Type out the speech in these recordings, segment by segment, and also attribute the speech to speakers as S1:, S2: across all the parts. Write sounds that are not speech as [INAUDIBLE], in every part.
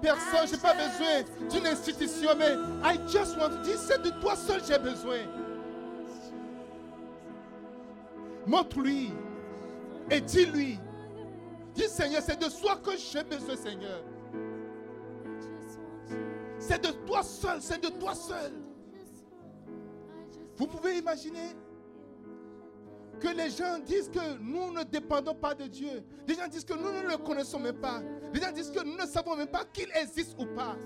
S1: personne, je n'ai pas besoin d'une institution, mais I just want to dire, c'est de toi seul j'ai besoin. Montre-lui et dis-lui, dis Seigneur, c'est de soi que j'ai besoin, Seigneur. C'est de toi seul, c'est de toi seul. Vous pouvez imaginer que les gens disent que nous ne dépendons pas de Dieu. Les gens disent que nous ne le connaissons même pas. Les gens disent que nous ne savons même pas qu'il existe ou pas.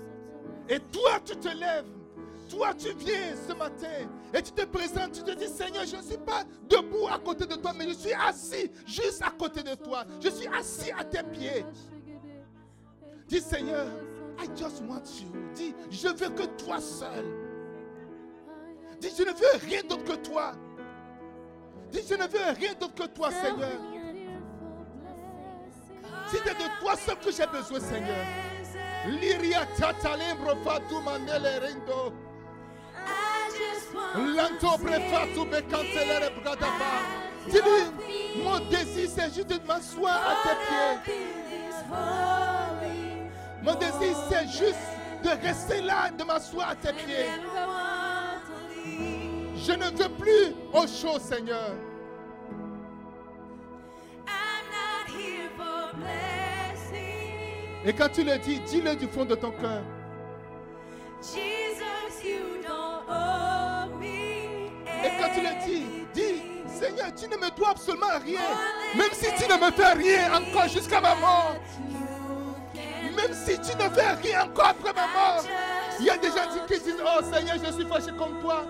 S1: Et toi, tu te lèves. Toi, tu viens ce matin et tu te présentes, tu te dis, Seigneur, je ne suis pas debout à côté de toi, mais je suis assis juste à côté de toi. Je suis assis à tes pieds. Dis, Seigneur, I just want you. Dis, je veux que toi seul. Dis, je ne veux rien d'autre que toi. Dis, je ne veux rien d'autre que toi, Ah, Seigneur. Si c'est de toi seul que j'ai besoin, Seigneur. Liria tatalem brofatu mandele rindo. Lanto prefatu bekantelere bradaba. Dis-lui, mon désir c'est juste de m'asseoir à tes pieds. Mon désir c'est juste de rester là, de m'asseoir à tes pieds. Je ne veux plus au chaud, Seigneur. Et quand tu le dis, dis-le du fond de ton cœur. Et quand tu le dis, dis, Seigneur, tu ne me dois absolument rien. Même si tu ne me fais rien encore jusqu'à ma mort. Même si tu ne fais rien encore après ma mort. Il y a des gens qui disent, oh Seigneur, je suis fâché comme toi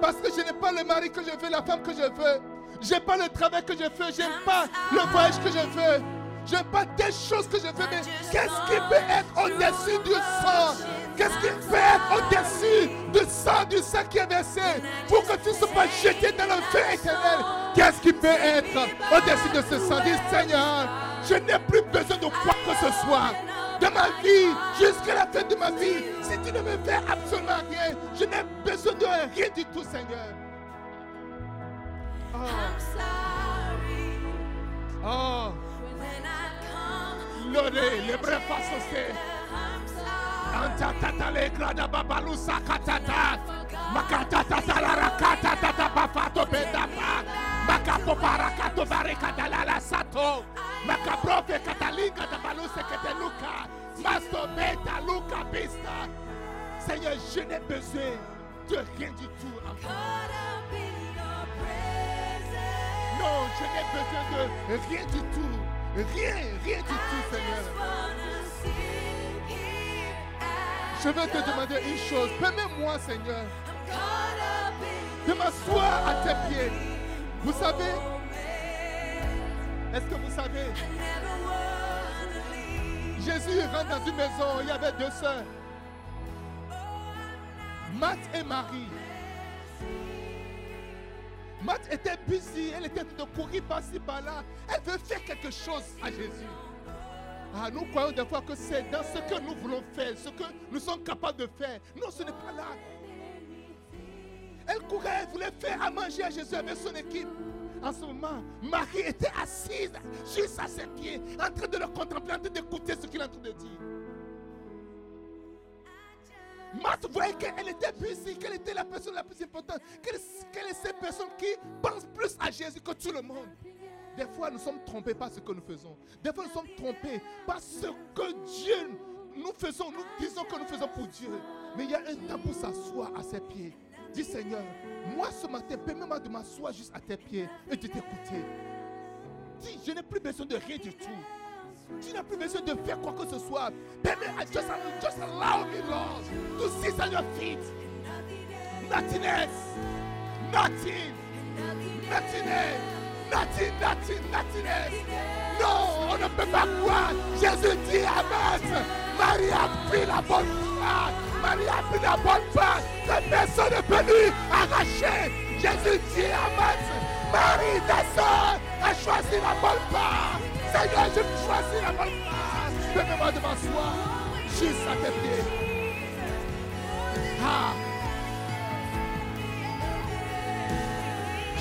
S1: parce que je n'ai pas le mari que je veux, la femme que je veux. J'ai pas le travail que je veux, j'aime pas le voyage que je veux. J'aime pas telle chose que je veux, mais qu'est-ce qui peut être au-dessus du sang Qu'est-ce qui peut être au-dessus du sang, du sang qui est versé pour que tu ne sois pas jeté dans le feu éternel Qu'est-ce qui peut être au-dessus de ce sang Dis Seigneur, je n'ai plus besoin de quoi que ce soit de ma vie jusqu'à la fin de ma vie. Si tu ne me fais absolument rien, je n'ai besoin de rien du tout, Seigneur. Oh. Oh. Loré, les bras passent Antatata le grada babalu sakatata Makatatata la rakatata bafato bedapa Makapo barakato barekata la la sato makaprofe katalinga tabaluse keteluka mastobeta luka pista Seigneur, je n'ai besoin de rien du tout. Non, je n'ai besoin de rien du tout. Rien, rien du tout, Seigneur. Je veux te demander une chose. Permets-moi, Seigneur, de m'asseoir à tes pieds. Vous savez, est-ce que vous savez Jésus rentre dans une maison, il y avait deux sœurs. Matt et Marie. Matt était busy, elle était de courir par-ci, par-là. Elle veut faire quelque chose à Jésus. Ah, nous croyons des fois que c'est dans ce que nous voulons faire, ce que nous sommes capables de faire. Non, ce n'est pas là. Elle courait, elle voulait faire à manger à Jésus avec son équipe. En ce moment, Marie était assise juste à ses pieds, en train de le contempler, en train d'écouter ce qu'il est en train de dire. Marthe voyait qu'elle était busy, qu'elle était la personne la plus importante, qu'elle qu est cette personne qui pense plus à Jésus que tout le monde. Des fois, nous sommes trompés par ce que nous faisons. Des fois, nous sommes trompés par ce que Dieu nous faisons. Nous disons que nous faisons pour Dieu. Mais il y a un temps pour s'asseoir à ses pieds. Dis Seigneur, moi ce matin, permets-moi de m'asseoir juste à tes pieds et de t'écouter. Dis, je n'ai plus besoin de rien du tout. Tu n'as plus besoin de faire quoi que ce soit. Permets, just, just allow me, Lord, to sit at your feet. Nothing else. Nothing. Nothing else. Nothing, nothing, nothing else. Non, on ne peut pas croire. Jésus dit à Marie, Marie a pris la bonne part. Marie a pris la bonne part que personne ne peut lui arracher. Jésus dit à Max, Marie, ta soeur, a choisi la bonne part. Seigneur, je choisis la bonne part. Permets-moi de m'asseoir juste à tes pieds. Ah.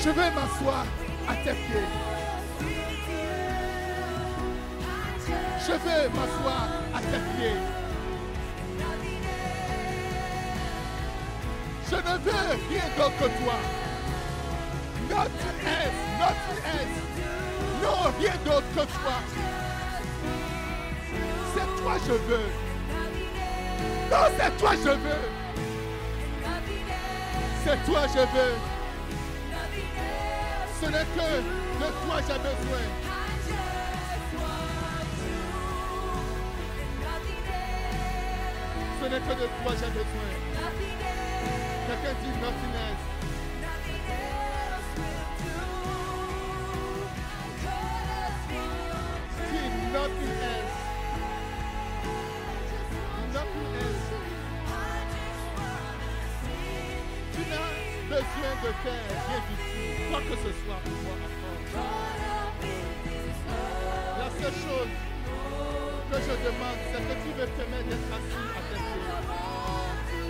S1: Je vais m'asseoir à tes pieds. Je vais m'asseoir à tes pieds. ne veux rien d'autre que toi. Notre aide, notre aide. Non, rien d'autre que toi. C'est toi je veux. Non, c'est toi je veux. C'est toi je veux. Ce n'est que de toi j'ai besoin. Ce n'est que de toi j'ai besoin. Quelqu'un dit nothing else. Dis nothing else. Nothing else. Tu n'as besoin de faire rien du tout. Quoi que ce soit pour moi, enfant. La seule chose que je demande, c'est que tu me permets d'être assis à tes pieds.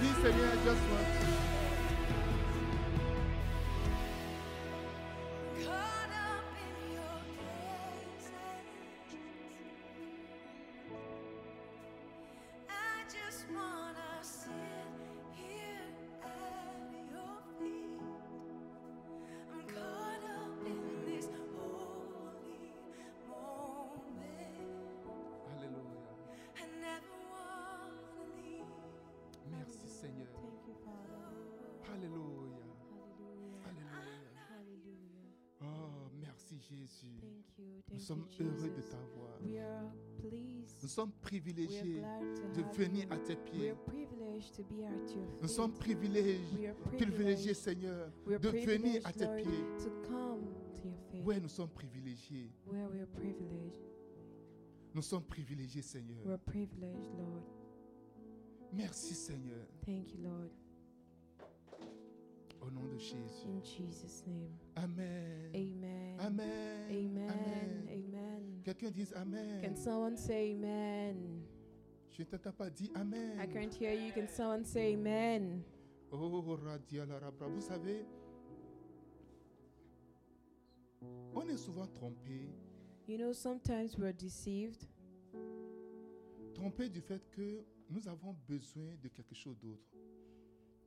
S1: Dis Seigneur, I just want you.
S2: just wanna sit here at your feet. I'm caught up in this holy moment.
S1: Alléluia.
S2: I never wanna leave.
S1: Merci Seigneur. Alléluia. Alléluia. Oh, merci Jésus. Nous sommes heureux de t'avoir.
S3: We are
S1: Nous
S3: pleased.
S1: sommes
S3: We are
S1: privilégiés
S3: glad to
S1: de
S3: have
S1: venir
S3: you.
S1: à tes
S3: We are
S1: pieds.
S3: privileged to be at your feet.
S1: Nous sommes privilégiés,
S3: We are
S1: privilégiés
S3: privileged.
S1: Seigneur,
S3: We are
S1: de venir
S3: privileged,
S1: à tes
S3: Lord,
S1: pieds.
S3: to come to your feet.
S1: Ouais, nous sommes privilégiés.
S3: Where we are privileged.
S1: Nous sommes privilégiés
S3: We are
S1: Seigneur.
S3: privileged, Lord.
S1: Merci Seigneur.
S3: Thank you, Lord.
S1: Au nom de Jésus.
S3: In Jesus' name.
S1: Amen.
S3: Amen.
S1: Amen.
S3: Amen.
S1: Amen.
S3: Amen.
S1: Quelqu'un dise Amen.
S3: Can someone say amen?
S1: Je ne t'entends pas dire Amen.
S3: I can't hear you. Can someone say amen?
S1: Oh, radialarabra. Vous savez, on est souvent trompé.
S3: You know, sometimes we're deceived.
S1: Trompé du fait que nous avons besoin de quelque chose d'autre.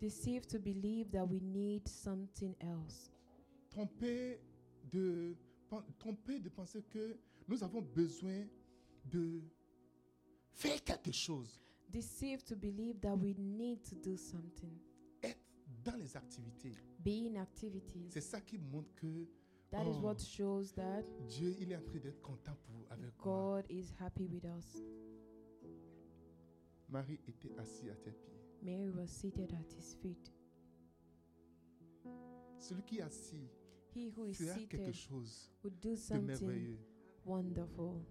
S3: Deceived to believe that we need something else.
S1: Trompé de, pen- trompé de penser que nous avons besoin de faire quelque chose.
S3: Deceived to believe that we need to do something.
S1: Être dans les activités.
S3: Be in activities.
S1: C'est ça qui montre que
S3: That is what
S1: Oh.
S3: shows that
S1: Dieu, il est en train d'être content pour, avec moi.
S3: God is happy with us.
S1: Marie était assise à tes pieds.
S3: Mary was seated at his feet.
S1: Celui qui est assis
S3: He who is
S1: fera quelque
S3: seated
S1: chose
S3: would do
S1: de
S3: something
S1: merveilleux.
S3: wonderful.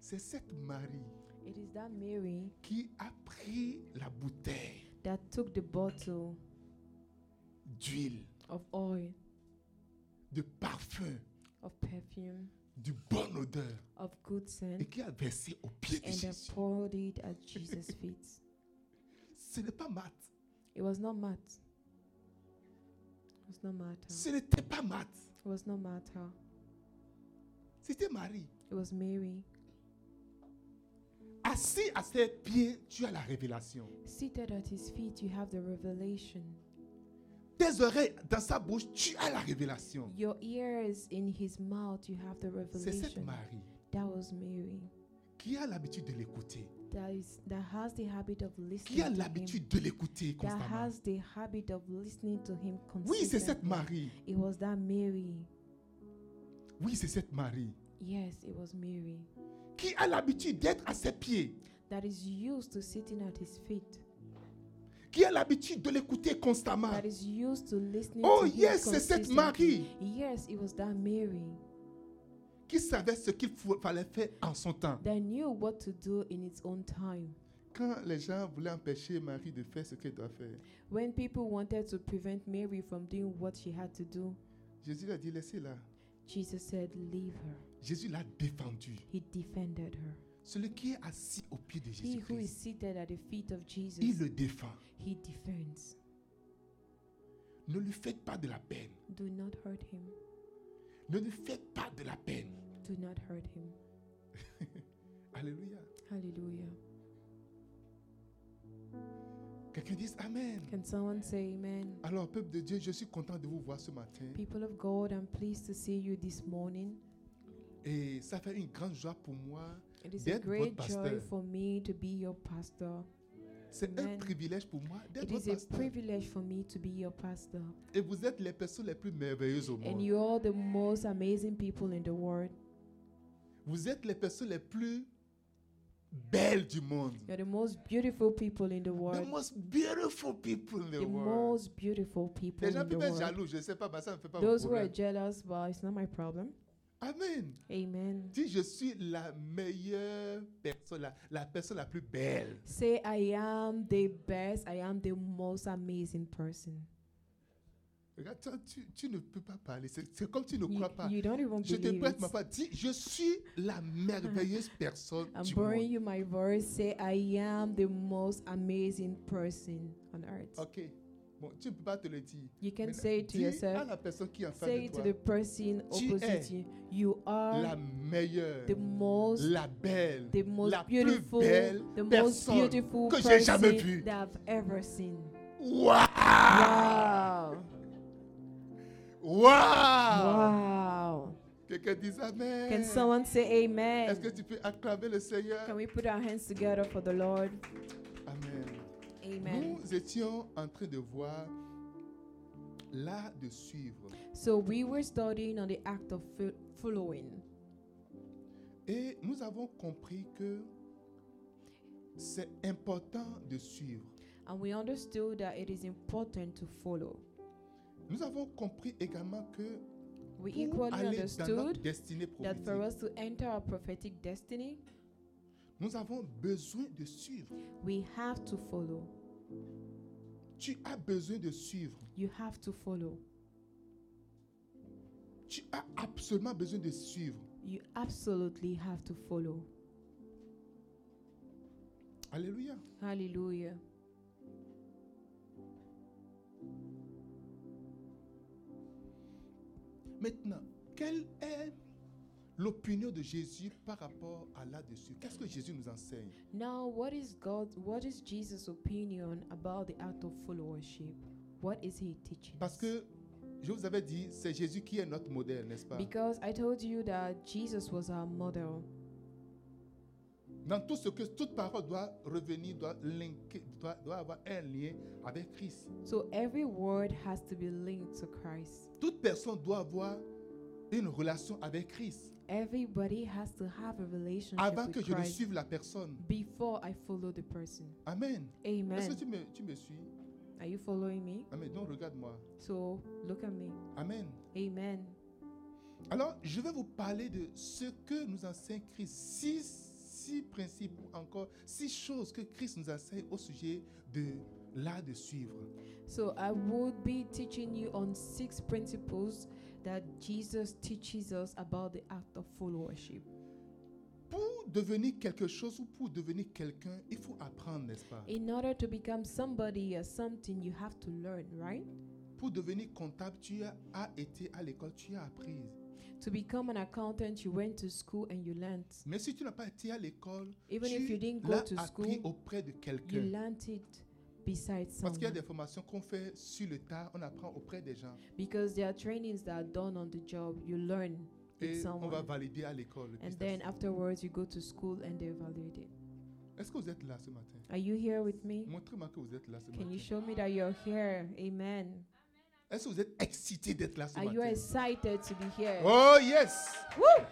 S1: C'est cette Marie
S3: It is that Mary
S1: qui a pris la bouteille
S3: that took the bottle
S1: d'huile,
S3: of oil,
S1: de parfum,
S3: of perfume,
S1: du bonne odeur
S3: of good
S1: et
S3: scent,
S1: qui a versé aux pieds de
S3: and then
S1: Jésus.
S3: poured it at Jesus' feet.
S1: Ce n'est pas Marthe.
S3: It was not Matt. It was not Martha.
S1: Ce n'était pas Marthe.
S3: It was not Martha.
S1: C'était Marie.
S3: It was Mary.
S1: Assis à ses pieds, tu as la révélation.
S3: Seated at his feet, you have the revelation.
S1: Tes oreilles dans sa bouche, tu as la révélation.
S3: Your ears in his mouth, you have the
S1: C'est cette
S3: revelation.
S1: Marie
S3: That was Mary.
S1: qui a l'habitude de l'écouter,
S3: That is that has the habit of
S1: qui
S3: listening
S1: a
S3: to him.
S1: l'habitude de l'écouter
S3: That
S1: constamment.
S3: has the habit of listening to him
S1: Oui, c'est cette
S3: consistently.
S1: Marie.
S3: It was that Mary.
S1: Oui, c'est cette Marie
S3: Yes, it was Mary.
S1: qui a l'habitude d'être à ses pieds,
S3: That is used to sitting at his feet.
S1: qui a l'habitude de l'écouter constamment.
S3: That is used to listening
S1: Ah. Oh
S3: to him
S1: yes, c'est cette
S3: consistently.
S1: Marie
S3: Yes, it was that Mary
S1: qui savait ce qu'il faut- fallait faire en son temps.
S3: that knew what to do in its own time.
S1: Quand les gens voulaient empêcher Marie de faire ce qu'elle doit faire,
S3: When people wanted to prevent Mary from doing what she had to do,
S1: Jésus lui a dit, laissez-la.
S3: Jesus said, Leave her.
S1: Jésus l'a défendu.
S3: He defended her.
S1: Celui qui est assis au pied de
S3: He who is
S1: Jésus-Christ,
S3: seated at the feet of Jesus,
S1: il le défend.
S3: he defends.
S1: Ne lui faites pas de la peine.
S3: Do not hurt him.
S1: Ne lui faites pas de la peine.
S3: Do not hurt him.
S1: Alléluia.
S3: Hallelujah.
S1: Quelqu'un dise Amen.
S3: Can someone say amen?
S1: Alors, peuple de Dieu, je suis content de vous voir ce matin.
S3: People of God, I'm pleased to see you this morning.
S1: Et ça fait une grande joie pour moi.
S3: It is a
S1: D'être votre
S3: great joy
S1: pasteur.
S3: for me to be your pastor.
S1: C'est un
S3: Amen.
S1: privilège pour moi
S3: It
S1: d'être
S3: is
S1: votre
S3: a
S1: pasteur.
S3: privilege for me to be your pastor.
S1: Et vous êtes les personnes les plus merveilleuses au
S3: And
S1: monde.
S3: you are the most amazing people in the world.
S1: Vous êtes les personnes les plus belles du monde.
S3: You're the most beautiful people in the
S1: The
S3: world.
S1: most beautiful people in the
S3: The
S1: world.
S3: most beautiful people
S1: Les gens
S3: in the
S1: peuvent être
S3: world.
S1: jaloux, je ne sais pas, mais ça ne fait pas mon
S3: Those who are
S1: problème.
S3: jealous, well, it's not my problem.
S1: Amen.
S3: Amen.
S1: Dis, je suis la meilleure personne, la, la personne la plus belle.
S3: Say, I am the best. I am the most amazing person.
S1: Regarde, toi, tu, tu ne peux pas parler. C'est c'est comme tu ne
S3: You,
S1: crois pas.
S3: you don't even
S1: Je te
S3: believe
S1: prête ma
S3: it.
S1: foi. Dis, je suis la merveilleuse
S3: [LAUGHS]
S1: personne
S3: I'm
S1: du
S3: borrowing
S1: monde.
S3: you my voice. Say, I am the most amazing person on earth.
S1: Ok. Bon, tu ne peux pas te le dire.
S3: You can
S1: Maintenant,
S3: say it to
S1: dis à
S3: yourself.
S1: la personne qui est en face
S3: Say
S1: de
S3: it to
S1: toi.
S3: the person
S1: Tu es
S3: opposite you. You
S1: La
S3: are
S1: meilleure,
S3: the most
S1: la belle,
S3: the most
S1: la plus
S3: beautiful,
S1: belle
S3: the most
S1: personne
S3: beautiful
S1: que j'ai jamais
S3: person
S1: vue.
S3: that I've ever seen.
S1: Waouh! Ah!
S3: Wow!
S1: Waouh!
S3: Wow!
S1: Quelqu'un dit Amen.
S3: Can someone say
S1: Est-ce que
S3: amen?
S1: tu peux acclamer le Seigneur?
S3: Can we put our hands together for the Lord?
S1: Amen.
S3: Amen.
S1: Nous étions en train de voir l'art de suivre.
S3: So we were studying on the act of fo- following,
S1: Et nous avons compris que c'est important de suivre.
S3: and we understood that it is important to follow.
S1: Nous avons compris également que
S3: We
S1: pour
S3: equally
S1: aller dans notre
S3: understood
S1: destinée
S3: that for
S1: prophétique,
S3: us to enter our prophetic destiny,
S1: nous avons besoin de suivre.
S3: we have to follow.
S1: Tu as besoin de suivre.
S3: You have to follow.
S1: Tu as absolument besoin de suivre.
S3: You absolutely have to follow.
S1: Alléluia.
S3: Hallelujah.
S1: Maintenant, quelle est l'opinion de Jésus par rapport à l'art de suivre Qu'est-ce que Jésus nous enseigne
S3: Now, what is God's, what is Jesus' opinion about the act of followership? What is he teaching?
S1: Parce
S3: us?
S1: que je vous avais dit, c'est Jésus qui est notre modèle, n'est-ce pas
S3: because I told you that Jesus was our model.
S1: Dans tout ce que toute parole doit revenir, doit, linker, doit, doit avoir un lien avec Christ.
S3: So every word has to be linked to Christ.
S1: Toute personne doit avoir une relation avec Christ
S3: Everybody has to have a relationship
S1: avant
S3: with
S1: que je ne
S3: Christ
S1: suive la personne.
S3: before I follow the person.
S1: Amen. Est-ce
S3: Amen.
S1: que tu me, tu me suis
S3: Are you following me?
S1: Amen. Ah, Donc regarde-moi.
S3: So look at me.
S1: Amen.
S3: Amen.
S1: Alors, je vais vous parler de ce que nous enseigne Christ. Six, six principes ou encore six choses que Christ nous enseigne au sujet de l'art de suivre.
S3: So I would be teaching you on six principles that Jesus teaches us about the act of followership.
S1: Pour devenir quelque chose ou pour devenir quelqu'un, il faut apprendre, n'est-ce pas
S3: In order to become somebody or something, you have to learn, right?
S1: Pour devenir comptable, tu as, as été à l'école, tu as appris.
S3: To become an accountant, you went to school and you learned.
S1: Mais si tu n'as pas été à l'école,
S3: Even if you
S1: tu
S3: didn't go
S1: l'as
S3: to
S1: appris
S3: school,
S1: auprès de
S3: You
S1: quelqu'un.
S3: learned it beside
S1: Parce qu'il y a
S3: someone.
S1: des formations qu'on fait sur le tard, on apprend auprès des gens.
S3: Because there are trainings that are done on the job. You learn with
S1: Et on va
S3: someone.
S1: valider à l'école. puis
S3: And
S1: c'est
S3: then
S1: ça.
S3: afterwards, you go to school and they evaluate it.
S1: Est-ce que vous êtes là ce matin
S3: Are you here with me?
S1: Montrez-moi que vous êtes là ce
S3: Can you
S1: matin.
S3: show me that you're here? Amen.
S1: Est-ce que vous êtes excité d'être là ce
S3: Are you
S1: matin
S3: excited to be here?
S1: Oh yes
S3: Woo!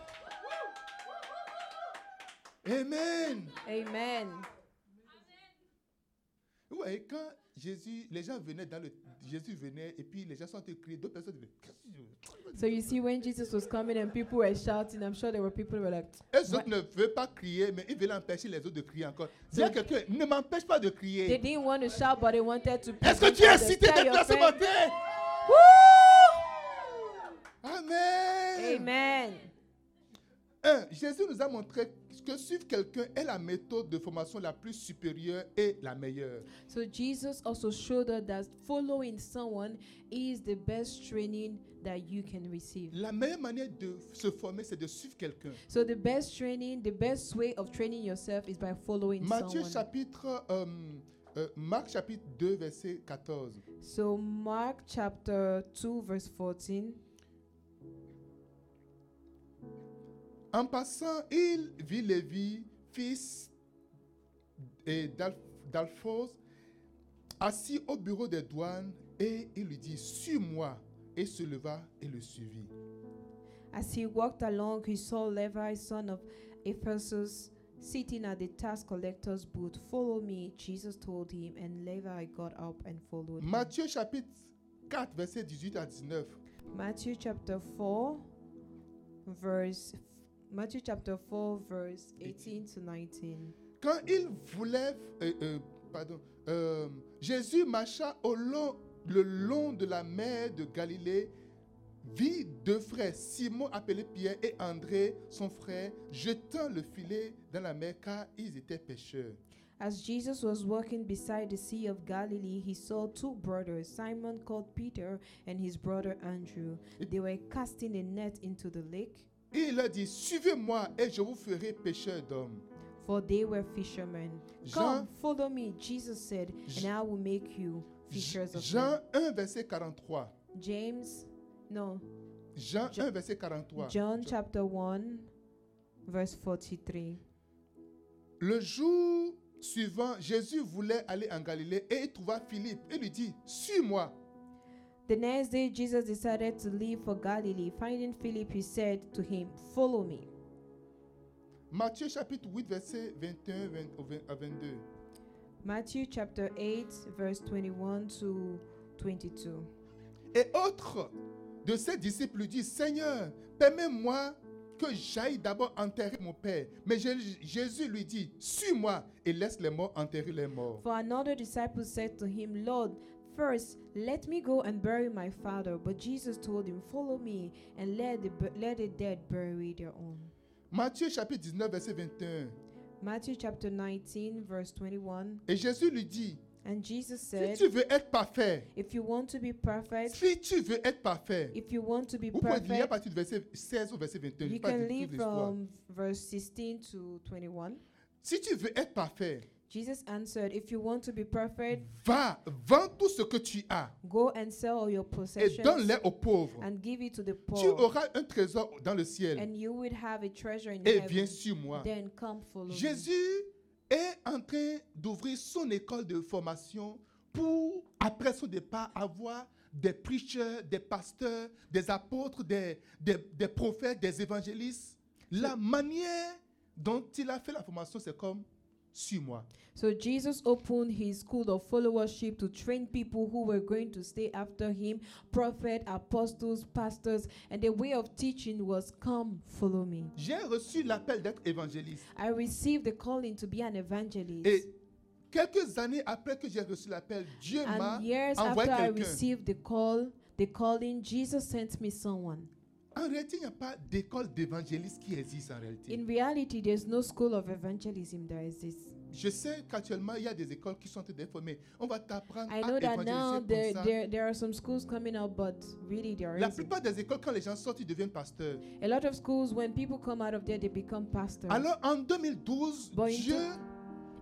S1: Amen
S3: Amen.
S1: Ouais, quand Jésus, les gens venaient dans le. Jésus venait et puis les gens sont crier, d'autres personnes disaient, qu'est-ce que tu veux
S3: So you see, when Jesus was coming and people were shouting, I'm sure there were people who were like,
S1: Eux autres ne veulent pas crier, mais ils veulent empêcher les autres de crier encore. Dis à quelqu'un, ne m'empêche pas de
S3: they
S1: crier.
S3: didn't want to shout, but they wanted to.
S1: Est-ce que
S3: prevent
S1: tu es
S3: others.
S1: cité
S3: Tell
S1: d'être
S3: your
S1: là ce
S3: friend,
S1: matin?
S3: Woo!
S1: Amen.
S3: Amen.
S1: Un, Jésus nous a montré que suivre quelqu'un est la méthode de formation la plus supérieure et la meilleure.
S3: So Jesus also showed us that following someone is the best training that you can receive.
S1: La meilleure manière de se former, c'est de suivre quelqu'un.
S3: So the best training, the best way of training yourself is by following
S1: Matthieu
S3: someone.
S1: chapitre, euh, euh, Marc chapitre 2, verset 14.
S3: So Mark chapter 2 verse 14.
S1: En passant, il vit Lévi, fils et d'Al- d'Alphonse, assis au bureau des douanes, et il lui dit, suis-moi, et se leva et le suivit.
S3: As he walked along, he saw Levi, son of Ephesus, sitting at the tax collector's booth. Follow me, Jesus told him, and Levi got up and followed him.
S1: Matthieu chapitre 4, verset 18 à 19.
S3: Matthew chapter 4 verse Matthew chapter 4 verse 18 to 19.
S1: Quand il voulait, euh, euh, pardon, euh, Jésus marcha au long, le long de la mer de Galilée, vit deux frères, Simon appelé Pierre et André, son frère, jetant le filet dans la mer car ils étaient pêcheurs.
S3: As Jesus was walking beside the Sea of Galilee, he saw two brothers, Simon called Peter and his brother Andrew. They were casting a net into the lake,
S1: Et il leur dit, suivez-moi et je vous ferai pêcheurs d'hommes.
S3: for they were fishermen.
S1: Jean-
S3: Come, follow me, Jesus said, and I will make you fishers of men.
S1: Jean 1, verset 43.
S3: James, no,
S1: Jean
S3: Jean-
S1: 1, verset 43.
S3: John chapter 1, verse 43.
S1: Le jour suivant, Jésus voulait aller en Galilée et il trouva Philippe et lui dit, suis-moi.
S3: The next day, Jesus decided to leave for Galilee. Finding Philip, he said to him, Follow me.
S1: Matthieu chapitre 8, verset 21 20 au 20 à 22.
S3: Matthew chapter 8, verse 21 to 22.
S1: Et autre de ses disciples lui dit, Seigneur, permets-moi que j'aille d'abord enterrer mon Père. Mais Jé- Jésus lui dit, suis-moi et laisse les morts enterrer les morts.
S3: For another disciple said to him, Lord, first let me go and bury my father. But Jesus told him, Follow me and let the, bu- let the dead bury their own.
S1: Matthieu chapitre 19, verset 21.
S3: Matthew chapter 19, verse 21.
S1: Et Jésus lui dit,
S3: And Jesus
S1: si
S3: said,
S1: tu veux être parfait,
S3: If you want to be perfect,
S1: si tu veux être parfait,
S3: if you want to be
S1: vous pouvez lire à
S3: perfect,
S1: partir du verset 16 au verset 21. je
S3: You
S1: parle de
S3: can
S1: toute
S3: read
S1: l'histoire.
S3: from verse 16 to 21.
S1: Si tu veux être parfait,
S3: Jesus answered, If you want to be perfect,
S1: va, vends tout ce que tu as
S3: go and sell all your
S1: et
S3: possessions
S1: donne-les aux pauvres.
S3: and give it to the
S1: Tu
S3: poor,
S1: auras un trésor dans le ciel
S3: and you would have a treasure in
S1: et viens
S3: heaven.
S1: sur moi.
S3: Then come follow me.
S1: Eh, Jésus est en train d'ouvrir son école de formation pour, après son départ, avoir des preachers, des pasteurs, des apôtres, des, des, des prophètes, des évangélistes. La manière dont il a fait la formation, c'est comme suis-moi.
S3: So Jesus opened his school of followership to train people who were going to stay after him, prophet, apostles, pastors, and the way of teaching was come follow me.
S1: J'ai reçu l'appel d'être évangéliste.
S3: I received the calling to be an evangelist.
S1: Et quelques années après que j'ai reçu l'appel, Dieu m'a
S3: And years after
S1: envoyé
S3: I
S1: quelqu'un.
S3: received the call, the calling, Jesus sent me someone.
S1: En réalité, il n'y a pas d'école d'évangéliste qui existe en réalité.
S3: In reality, there's no school of evangelism that exists.
S1: Je sais qu'actuellement, il y a des écoles qui sont en train d'être formées. On va t'apprendre à
S3: I know that now
S1: évangéliser
S3: there,
S1: comme ça.
S3: there, there are some schools coming up, but really there
S1: La
S3: isn't.
S1: plupart des écoles, quand les gens sortent, ils deviennent pasteurs.
S3: A lot of schools, when people come out of there, they become pastors.
S1: Alors, en 2012,
S3: Bon, ils
S1: Dieu...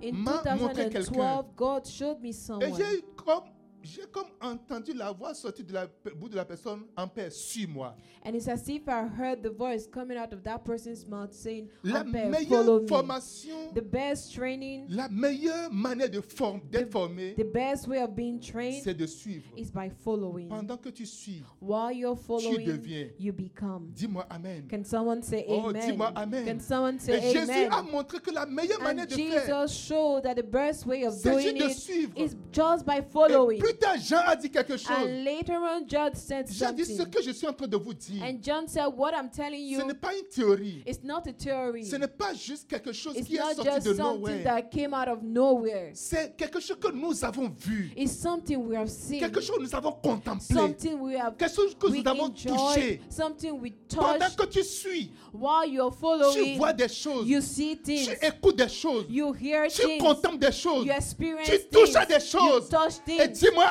S3: In
S1: m'a montré quelqu'un.
S3: 2012, God showed me
S1: Et
S3: someone.
S1: j'ai eu comme... j'ai comme entendu la voix sortir du bout de la personne en paix, suis-moi.
S3: And it's as if I heard the voice coming out of that person's mouth saying,
S1: La
S3: "Amen, follow
S1: meilleure
S3: me."
S1: formation,
S3: The best training,
S1: la meilleure manière de form- d'être formé,
S3: the best way of being trained
S1: c'est de suivre.
S3: is by following.
S1: Pendant que tu suis,
S3: While you're
S1: deviens.
S3: following, you become.
S1: dis-moi Amen.
S3: Can someone say
S1: Oh,
S3: amen?
S1: dis-moi Amen.
S3: Can someone
S1: Et
S3: say
S1: Jésus a
S3: amen?
S1: montré que la meilleure manière de
S3: And
S1: faire,
S3: Jesus showed that the best way of
S1: c'est
S3: doing
S1: juste de
S3: it
S1: suivre.
S3: is just by
S1: Et
S3: following.
S1: plus tard, Jean a dit quelque chose.
S3: And later on, John said
S1: Jean dit ce
S3: something.
S1: que je suis en train de vous dire.
S3: And John said, What I'm telling
S1: Ce
S3: you
S1: n'est pas une théorie.
S3: is not a theory.
S1: Ce n'est pas juste quelque chose
S3: It's
S1: qui est
S3: not
S1: sorti
S3: just
S1: de
S3: something
S1: nowhere.
S3: that came out of nowhere.
S1: C'est quelque chose que nous avons vu.
S3: It's something we have seen,
S1: Quelque chose que nous avons contemplé.
S3: something we have
S1: Quelque chose que
S3: we
S1: nous avons
S3: enjoyed,
S1: touché.
S3: something we
S1: Pendant
S3: touched.
S1: que tu suis,
S3: While you're
S1: tu
S3: following,
S1: vois des choses.
S3: you see
S1: Tu
S3: things,
S1: écoutes des choses.
S3: you hear
S1: Tu
S3: things,
S1: contemples des choses.
S3: you experience
S1: Tu touches à des
S3: things, you
S1: choses.
S3: touch
S1: Et
S3: things.
S1: dis-moi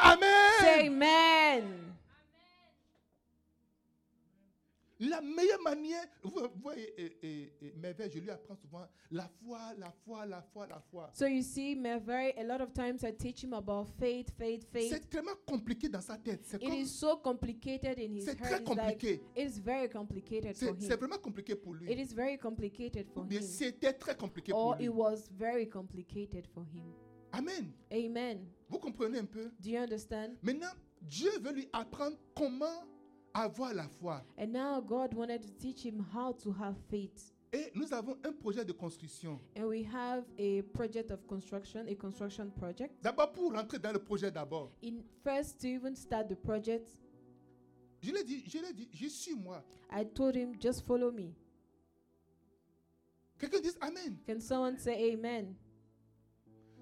S3: Say
S1: Amen.
S3: amen.
S1: La meilleure manière, vous vous voyez, et, et, et Merveille, je lui apprends souvent la foi, la foi, la foi, la foi.
S3: So you see, my very a lot of times I teach him about faith, faith, faith.
S1: C'est tellement compliqué dans sa tête. C'est
S3: It
S1: comme-
S3: is so complicated in his
S1: C'est
S3: head.
S1: très
S3: It's like-
S1: compliqué.
S3: it is very complicated for
S1: c'est c'est
S3: him.
S1: vraiment compliqué pour
S3: It
S1: lui.
S3: is very complicated for
S1: Mais
S3: him.
S1: c'était très compliqué pour
S3: Or
S1: lui.
S3: it was very complicated for him.
S1: Amen.
S3: Amen.
S1: Vous comprenez un peu
S3: Do you understand?
S1: Maintenant, Dieu veut lui apprendre comment avoir la foi.
S3: And now God wanted to teach him how to have faith.
S1: Et nous avons un projet de construction.
S3: And we have a project of construction, a construction project.
S1: D'abord, pour rentrer dans le projet d'abord,
S3: In first to even start the project,
S1: je l'ai dit, je l'ai dit, je suis moi.
S3: I told him just follow me.
S1: Quelqu'un dit Amen.
S3: Can someone say amen?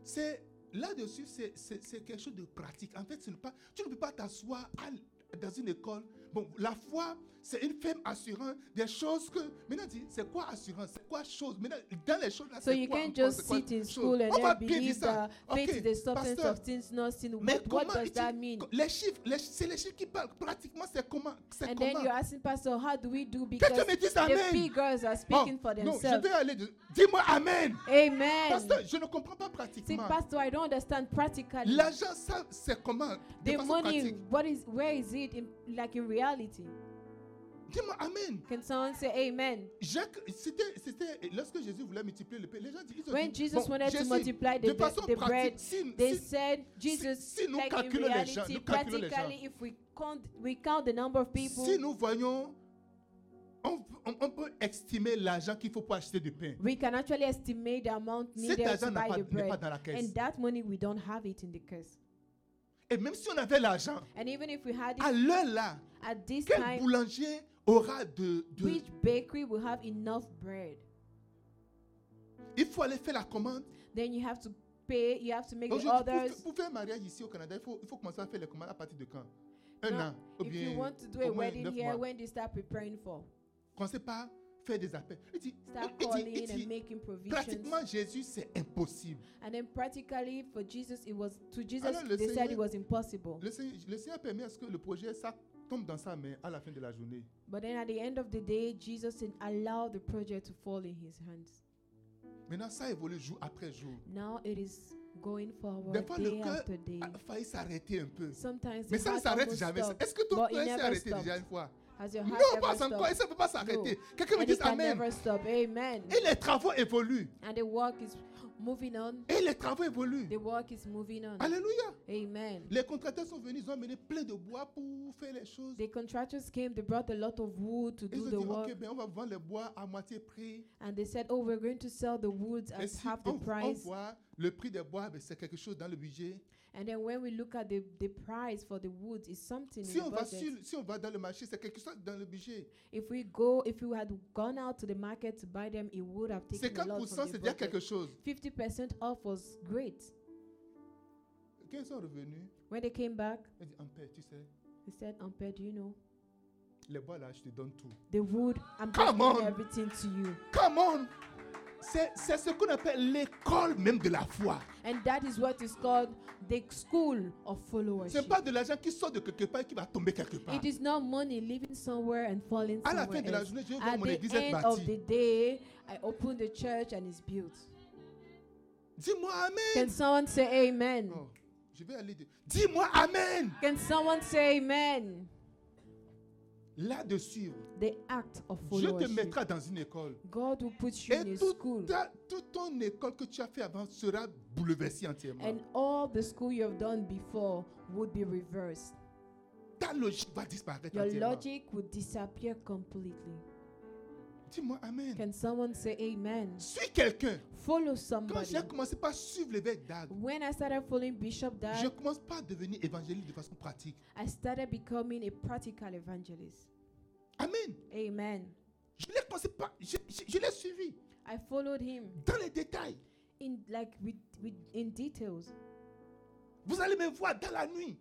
S1: C'est là-dessus, c'est- c'est c'est quelque chose de pratique. En fait, ce n'est pas, tu ne peux pas t'asseoir à l- dans une école. Bon, la foi, c'est une ferme assurance des choses que. Maintenant, dis, c'est quoi assurance C'est quoi chose Maintenant, dans les choses là,
S3: So
S1: c'est
S3: you
S1: quoi
S3: can't
S1: encore, c'est
S3: just
S1: quoi
S3: sit in
S1: chose
S3: school and
S1: On va
S3: then
S1: bien dire
S3: believe
S1: ça.
S3: that faith
S1: Ok,
S3: is the substance
S1: pasteur,
S3: of things not seen.
S1: Mais
S3: What,
S1: comment
S3: what does
S1: utiliser-
S3: that mean?
S1: Les chiffres, les- c'est les chiffres qui parlent. Pratiquement, c'est comment C'est
S3: And then
S1: comment
S3: you're asking Pastor, how do we do? Because
S1: Quelqu'un me dit
S3: the
S1: Amen.
S3: figures are
S1: Bon,
S3: speaking for
S1: non, je
S3: themselves.
S1: vais aller. de- Dis-moi Amen.
S3: Amen.
S1: Pasteur, je ne comprends pas
S3: See,
S1: pratiquement.
S3: Pastor, I don't understand practically.
S1: L'argent, ça, c'est comment De
S3: The
S1: façon
S3: money,
S1: pratique.
S3: what is, where is it in, like in reality?
S1: Dis-moi Amen.
S3: Can someone say amen?
S1: Jacques, c'était, c'était lorsque Jésus voulait multiplier le pain, les gens disent, ils ont
S3: When
S1: dit,
S3: Jesus
S1: bon,
S3: wanted to
S1: Jésus,
S3: multiply the
S1: de
S3: bre-
S1: façon
S3: the
S1: pratique,
S3: bread,
S1: si-
S3: They
S1: si-
S3: said, Jesus,
S1: si nous
S3: like in
S1: calculons les gens,
S3: reality,
S1: nous calculons les gens.
S3: practically, if we count, we count the number of people,
S1: si nous voyons, on, on- on peut estimer l'argent qu'il faut pour acheter du pain.
S3: we can actually estimate the amount
S1: Cet
S3: needed
S1: argent
S3: to
S1: n'a
S3: buy
S1: pas-
S3: the
S1: n'est pas
S3: bread.
S1: dans la caisse.
S3: And that money, we don't have it in the curse.
S1: Et même si on avait l'argent,
S3: And even if we had
S1: à
S3: it
S1: l'heure là,
S3: at this
S1: quel
S3: time,
S1: boulanger aura de, de-
S3: which bakery will have enough bread?
S1: Il faut aller faire la commande.
S3: Then you have to pay, you have to make the
S1: Aujourd'hui,
S3: orders.
S1: pour, pour faire un mariage ici au Canada, il faut, il faut commencer à faire les commandes à partir de quand Un
S3: Now,
S1: an ou
S3: if you
S1: bien
S3: want to do
S1: au
S3: a
S1: moins
S3: wedding
S1: neuf
S3: here,
S1: mois.
S3: when do you start preparing for?
S1: Commencez par faire des appels. Il dit,
S3: Start
S1: il dit-
S3: calling
S1: il dit,
S3: and making provisions.
S1: Pratiquement, Jésus, c'est impossible.
S3: And then practically for Jesus, it was to Jesus
S1: Alors, le
S3: they said
S1: Seigneur-
S3: it was impossible.
S1: Le Seigneur, le Seigneur permet à ce que le projet ça tombe dans sa main à la fin de la journée.
S3: But then at the end of the day, Jesus didn't allow the project to fall in his hands.
S1: Maintenant, ça évolue jour après jour.
S3: Now it is going forward
S1: Des fois, le
S3: day
S1: cœur
S3: after day.
S1: a failli s'arrêter un peu.
S3: Sometimes
S1: uh, Mais
S3: the
S1: ça ne
S3: heart
S1: s'arrête
S3: almost
S1: jamais.
S3: stopped,
S1: Est-ce que ton
S3: but it
S1: cœur s'est
S3: never
S1: arrêté
S3: stopped.
S1: déjà une fois
S3: Has your
S1: Non,
S3: heart ever
S1: pas
S3: stopped?
S1: encore. Et ça ne peut pas s'arrêter. Quelqu'un me
S3: And it
S1: dit
S3: can
S1: Amen.
S3: never stop. Amen.
S1: Et les travaux évoluent.
S3: And the work is moving on.
S1: Et les travaux évoluent.
S3: The work is moving on.
S1: Alléluia.
S3: Amen.
S1: Les contracteurs sont venus, ils ont amené plein de bois pour faire les choses.
S3: The contractors came, they brought a lot of wood to
S1: Ils ont
S3: do the
S1: dit,
S3: work.
S1: ok, ben, on va vendre les bois à moitié prix.
S3: And they said, Oh, we're going to sell the woods
S1: Et
S3: at
S1: si
S3: half
S1: on,
S3: the
S1: on
S3: price.
S1: voit le prix des bois, ben, c'est quelque chose dans le budget.
S3: And then when we look at the, the price for the woods, it's something
S1: Si
S3: in
S1: on,
S3: the
S1: va
S3: budget.
S1: sur, si on va dans le marché, c'est quelque chose dans le budget.
S3: If we go, if we had gone out to the market to buy them, it would have taken a lot
S1: 50%,
S3: from
S1: c'est
S3: the
S1: déjà
S3: budget.
S1: quelque chose.
S3: 50% off was great.
S1: Quand ils sont revenus,
S3: When they came back,
S1: ils disent, en paix, tu sais,
S3: they said, Ampere, do you know?
S1: les bois là, je te donne tout.
S3: The wood, I'm
S1: Come
S3: giving
S1: on.
S3: everything to you.
S1: Come on! C'est c'est ce qu'on appelle l'école même de la foi.
S3: And that is what is called the school
S1: Ce
S3: of
S1: n'est
S3: followership.
S1: pas de l'argent qui sort de quelque part et qui va tomber quelque part.
S3: It is not money living somewhere and falling
S1: À la
S3: somewhere
S1: fin de la
S3: else.
S1: journée, je vois
S3: At
S1: mon église
S3: the
S1: être
S3: end of
S1: bâtie.
S3: the day, I open the church and it's built.
S1: Dis-moi
S3: Can
S1: Amen!
S3: someone say amen?
S1: Oh, Je vais aller. de- Dis-moi Amen.
S3: Can someone say amen?
S1: Là de suivre,
S3: The act of
S1: Dieu te
S3: followership.
S1: mettra dans une école.
S3: God will put you in
S1: Et
S3: a
S1: toute,
S3: school.
S1: ta- toute ton école que tu as fait avant sera bouleversée entièrement.
S3: And all the school you have done before would be reversed.
S1: Ta logique va disparaître
S3: Your
S1: entièrement.
S3: logic would disappear completely.
S1: Dis-moi Amen.
S3: Can someone say amen?
S1: Suis quelqu'un.
S3: Follow
S1: Quand
S3: somebody.
S1: j'ai commencé par suivre l'évêque d'Ag,
S3: When I started following Bishop
S1: je
S3: Dad,
S1: commence pas à devenir évangélique de façon pratique.
S3: I started becoming a practical evangelist.
S1: Amen.
S3: Amen.
S1: Je l'ai commencé par- je, je- je l'ai suivi
S3: I followed him
S1: dans les détails.
S3: in like with, with in details.
S1: Vous allez me voir dans la nuit,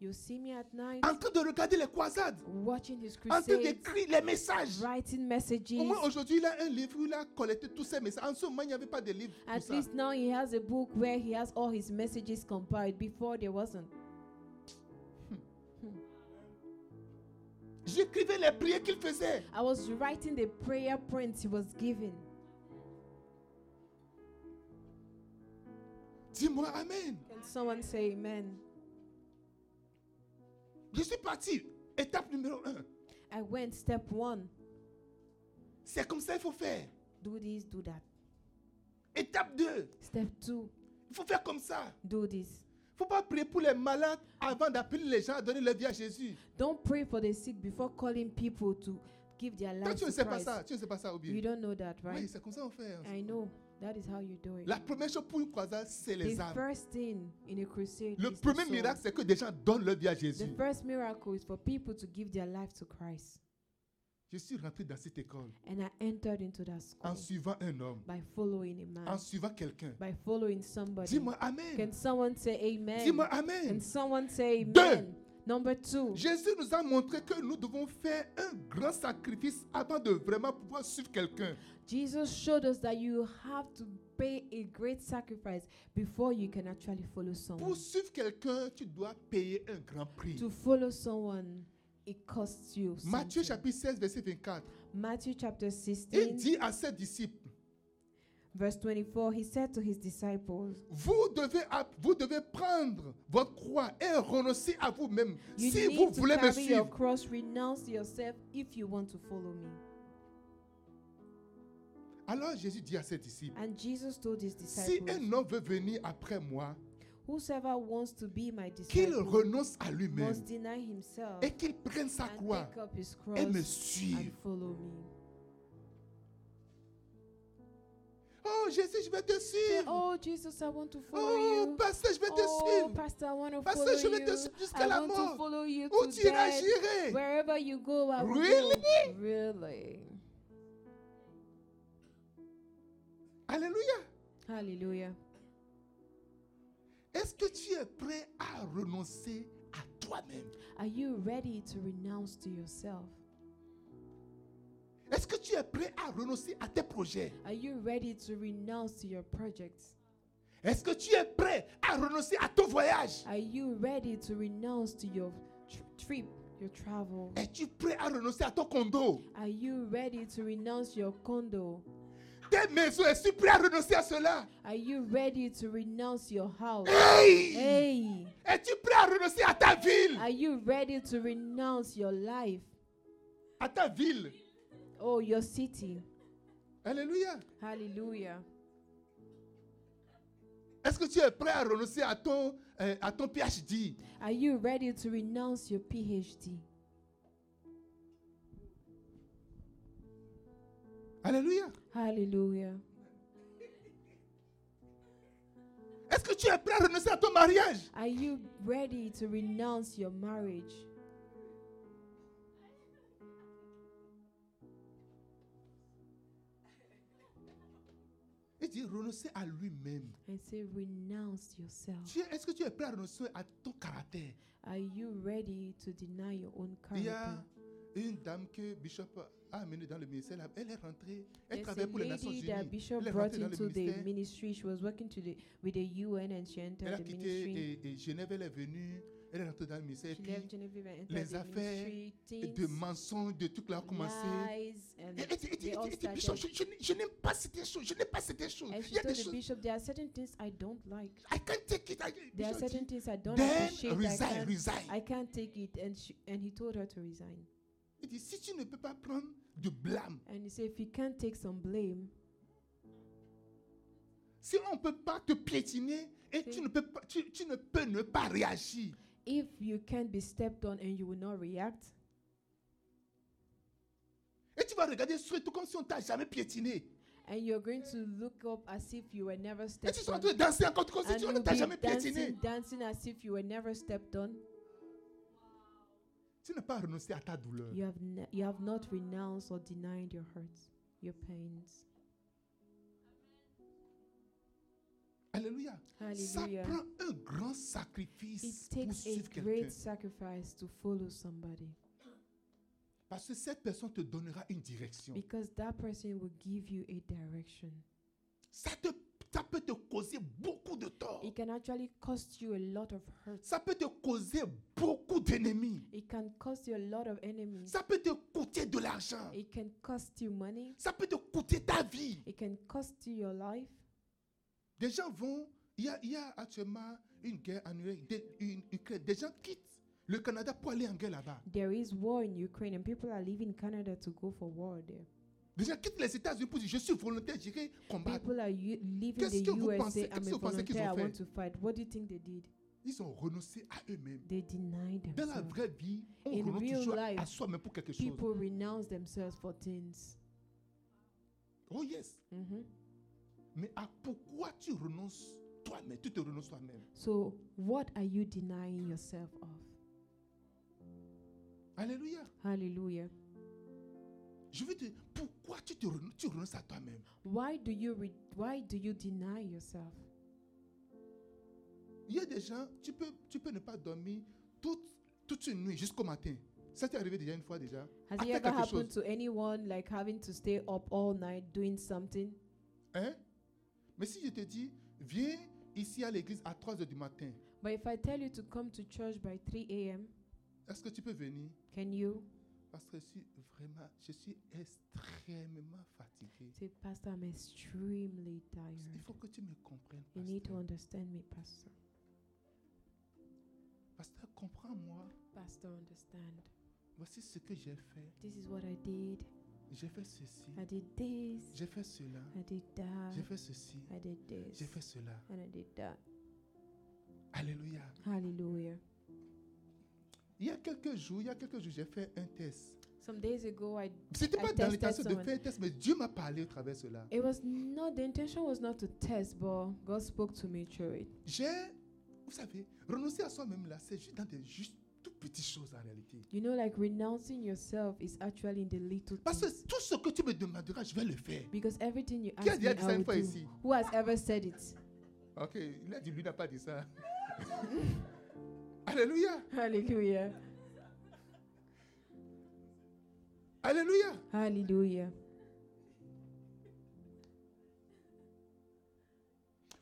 S3: You see me at night
S1: en train de regarder les croisades,
S3: watching his
S1: en train
S3: crusades,
S1: d'écrire les messages.
S3: writing
S1: Au
S3: messages.
S1: moins aujourd'hui, il a un livre où il a collecté tous ces messages. En ce moment, il n'y avait pas de livre. pour
S3: At
S1: ça.
S3: least now he has a book where he has all his messages compiled. Before there wasn't.
S1: J'écrivais les prières qu'il faisait.
S3: I was writing the prayer points he was giving.
S1: Dis-moi Amen.
S3: Can someone say amen?
S1: Je suis parti. Étape numéro un.
S3: I went step one.
S1: C'est comme ça qu'il faut faire.
S3: Do this, do that.
S1: Étape 2.
S3: Step two,
S1: Il faut faire comme ça.
S3: do this.
S1: Il ne faut pas prier pour les malades avant d'appeler les gens à donner leur vie à Jésus.
S3: Don't pray for the sick before calling people to give their
S1: Toi,
S3: lives
S1: tu ne
S3: to
S1: sais pas
S3: Christ.
S1: ça. Tu ne sais pas ça,
S3: You
S1: Obi.
S3: don't know that, right?
S1: Oui, c'est comme ça qu'on fait. hein.
S3: I know. That is how you do it.
S1: La première chose pour une croisade, c'est les
S3: The
S1: âmes.
S3: first thing in a crusade
S1: Le
S3: is the
S1: premier
S3: soul.
S1: miracle, c'est que des gens donnent leur vie à
S3: The
S1: Jésus.
S3: first miracle is for people to give their life to Christ.
S1: Je suis rentré dans cette école
S3: And I entered into that school
S1: en suivant un homme,
S3: by following a man,
S1: en suivant quelqu'un.
S3: by following somebody.
S1: Dis-moi Amen.
S3: Can someone say amen?
S1: Dis-moi
S3: Can
S1: Amen.
S3: someone say
S1: Deux.
S3: amen? Number two,
S1: Jésus nous a montré que nous devons faire un grand sacrifice avant de vraiment pouvoir suivre quelqu'un.
S3: Jesus showed us that you have to pay a great sacrifice before you can actually follow someone.
S1: Pour suivre quelqu'un, tu dois payer un grand prix.
S3: To follow someone, it costs you.
S1: Matthieu
S3: something.
S1: chapitre 16, verset 24.
S3: Matthew chapter
S1: Il
S3: 16,
S1: dit à ses disciples,
S3: verse 24, he said to his disciples,
S1: vous devez, app- vous devez prendre votre croix et renoncer à vous-même
S3: You
S1: si
S3: need
S1: vous
S3: to
S1: voulez me
S3: carry your
S1: suivre.
S3: cross, renounce yourself if you want to follow me.
S1: Alors Jésus dit à ses disciples,
S3: And Jesus told his
S1: si
S3: disciples,
S1: un homme veut venir après moi,
S3: Whosoever wants to be my
S1: qu'il
S3: disciple
S1: renonce à lui-même
S3: must deny himself
S1: et qu'il prenne sa
S3: and
S1: croix
S3: take up his cross
S1: et me
S3: and
S1: suive.
S3: follow me.
S1: Oh Jésus, je vais te
S3: Say,
S1: suivre.
S3: oh Jesus, I want to follow
S1: Oh
S3: you.
S1: pasteur, je vais te
S3: Oh
S1: suivre.
S3: Pastor, I want to
S1: Pasteur,
S3: follow
S1: je vais te
S3: you.
S1: suivre jusqu'à
S3: I
S1: la
S3: want
S1: mort.
S3: to follow you
S1: Où
S3: to
S1: tu iras,
S3: death.
S1: j'irai.
S3: Wherever you go, I will
S1: Really?
S3: go. Really?
S1: Alléluia.
S3: Hallelujah.
S1: Est-ce que tu es prêt à renoncer à toi-même?
S3: Are you ready to renounce to yourself?
S1: Est-ce que tu es prêt à renoncer à tes projets?
S3: Are you ready to renounce to your projects?
S1: Est-ce que tu es prêt à renoncer à ton voyage?
S3: Are you ready to renounce to your tr- trip, your travel?
S1: Es-tu prêt à renoncer à ton condo?
S3: Are you ready to renounce your condo?
S1: Tes maisons, es-tu prêt à renoncer à cela?
S3: Are you ready to renounce your house?
S1: Hey!
S3: Hey,
S1: Es-tu prêt à renoncer à ta ville?
S3: are you ready to renounce your life?
S1: À ta ville.
S3: Oh, your city.
S1: Alléluia.
S3: Hallelujah.
S1: Est-ce que tu es prêt à renoncer à ton, euh, à ton PhD?
S3: Are you ready to renounce your PhD?
S1: Alléluia.
S3: Hallelujah.
S1: Est-ce que tu es prêt à renoncer à ton mariage?
S3: Are you ready to renounce your marriage?
S1: Il dit renoncer à lui-même.
S3: And say, renounce yourself.
S1: Tu es- Est-ce que tu es prêt à renoncer à ton caractère?
S3: Are you ready to deny your own
S1: Il y
S3: character?
S1: a une dame que Bishop a amenée dans le ministère. là. Elle est rentrée. Elle
S3: There's
S1: travaille pour les
S3: a
S1: Nations
S3: lady
S1: Unies.
S3: that
S1: Elle
S3: Bishop
S1: est
S3: brought
S1: rentrée dans le
S3: into the
S1: ministère.
S3: ministry. She was working to the with the UN and she
S1: Elle
S3: entered
S1: a
S3: the
S1: quitté
S3: ministry.
S1: et, et Genève. Elle est venue. Elle est rentrée dans le ministère. Et
S3: She
S1: puis,
S3: left Genevieve and
S1: les
S3: entered the
S1: affaires
S3: ministry,
S1: et
S3: things,
S1: de mensonges, de trucs là, a commencé.
S3: lies, and
S1: Et elle dit, elle dit-
S3: they
S1: elle
S3: all
S1: dit- elle dit, Bishop,
S3: started.
S1: je, je n'ai- je n'aime pas certaines choses. Je n'aime pas certaines choses.
S3: And
S1: Il
S3: she
S1: y a des
S3: told the
S1: choses.
S3: bishop, there are certain things I don't like.
S1: I can't take it. I-
S3: There are
S1: Bishop
S3: certain
S1: dit,
S3: things I don't
S1: Then
S3: appreciate. I
S1: resign,
S3: can't,
S1: resign.
S3: I can't take it. And she, and he told her to resign.
S1: Il dit, si tu ne peux pas prendre du blâme,
S3: And he said, if you can't take some blame,
S1: si on ne peut pas te piétiner et
S3: Si.
S1: tu ne, peux pas, tu, tu ne peux ne pas réagir,
S3: if you can't be stepped on and you will not react,
S1: et tu vas regarder surtout comme si on ne t'a jamais piétiné.
S3: and you're going to look up as if you were never
S1: Et
S3: stepped
S1: tu seras en
S3: on,
S1: train de danser encore comme si
S3: and
S1: tu on ne
S3: you'll
S1: t'a
S3: be
S1: jamais piétiné.
S3: dancing, dancing as if you were never stepped on,
S1: Tu n'as pas renoncé à ta douleur.
S3: you have, ne- you have not renounced or denied your hurts, your pains.
S1: Alléluia. Ça
S3: Hallelujah.
S1: prend un grand
S3: It
S1: sacrifice pour
S3: takes
S1: suivre
S3: a great
S1: quelqu'un.
S3: sacrifice to follow somebody
S1: Parce que cette personne te donnera une direction.
S3: because that person will give you a direction.
S1: Ça, te, ça peut te causer beaucoup de tort.
S3: It can actually cost you a lot of hurt.
S1: Ça peut te causer beaucoup d'ennemis.
S3: It can cost you a lot of enemies.
S1: Ça peut te coûter de l'argent.
S3: It can cost you money.
S1: Ça peut te coûter ta vie.
S3: It can cost you your life.
S1: Des gens vont. Il y a, il y a actuellement une guerre en Ukraine. Des, une Ukraine. Des gens quittent le Canada pour aller en guerre là-bas.
S3: There is war in Ukraine, and people are leaving Canada to go for war there.
S1: Des gens quittent les États-Unis pour dire Je suis volontaire, j'irai combattre.
S3: People are u- leaving
S1: Qu'est-ce
S3: the
S1: que vous
S3: USA.
S1: pensez-
S3: I'm
S1: qu'est-ce que
S3: a
S1: vous pensez qu'ils
S3: volunteer. I
S1: ont
S3: want to fight. What do you think they did?
S1: Ils ont renoncé à eux-mêmes.
S3: They denied
S1: Dans la
S3: themselves.
S1: vraie vie, on
S3: In
S1: renonce
S3: real
S1: toujours à
S3: life,
S1: soi-même pour quelque chose.
S3: People renounce themselves for things.
S1: Oh yes.
S3: hmm
S1: Mais à pourquoi tu renonces toi-même Tu te renonces toi-même.
S3: So, what are you denying yourself of?
S1: Alléluia.
S3: Hallelujah.
S1: Je veux te dire, pourquoi tu, te renonces, tu renonces à toi-même
S3: Why do you re- why do you deny yourself?
S1: Il y a des gens, tu peux, tu peux ne pas dormir toute, toute une nuit jusqu'au matin. Ça t'est arrivé déjà une fois déjà Ah,
S3: Has it
S1: fais
S3: ever
S1: quelque
S3: happened
S1: chose.
S3: to anyone like having to stay up all night doing something?
S1: Hein Mais si je te dis, viens ici à l'église à 3 heures du matin,
S3: But if I tell you to come to church by 3 a.m.,
S1: est-ce que tu peux venir
S3: can you
S1: Parce que je suis vraiment, je suis extrêmement fatigué.
S3: say, Pastor, I'm extremely
S1: Il
S3: tired.
S1: faut que tu me comprennes.
S3: You need to
S1: Pasteur,
S3: understand me, Pastor.
S1: Pasteur, comprends-moi.
S3: Pastor, understand.
S1: Voici ce que j'ai fait.
S3: This is what I did.
S1: J'ai fait ceci.
S3: I did this.
S1: J'ai fait cela.
S3: I did
S1: J'ai
S3: that.
S1: fait ceci.
S3: I did this.
S1: J'ai fait cela.
S3: And I did that.
S1: Alléluia.
S3: Hallelujah.
S1: Il y a quelques jours, il y a quelques jours, j'ai fait un test.
S3: Some days ago, I
S1: C'était
S3: I
S1: pas dans
S3: tested
S1: l'intention de
S3: someone.
S1: faire un test, mais Dieu m'a parlé au travers de cela.
S3: It was not the intention was not to test, but God spoke to me through it.
S1: J'ai, vous savez, renoncer à soi-même là, c'est juste dans des juste toutes petites choses en réalité.
S3: You know, like renouncing yourself is actually in the little
S1: Parce que
S3: things.
S1: tout ce que tu me demanderas, je vais le faire.
S3: Because everything you
S1: Qui a
S3: ask
S1: dit
S3: me,
S1: ça
S3: I
S1: une
S3: will
S1: fois
S3: do.
S1: ici?
S3: Who has ever said it? [LAUGHS]
S1: Ok, il a dit, lui n'a pas dit ça. Alléluia.
S3: Hallelujah.
S1: Alléluia.
S3: Hallelujah.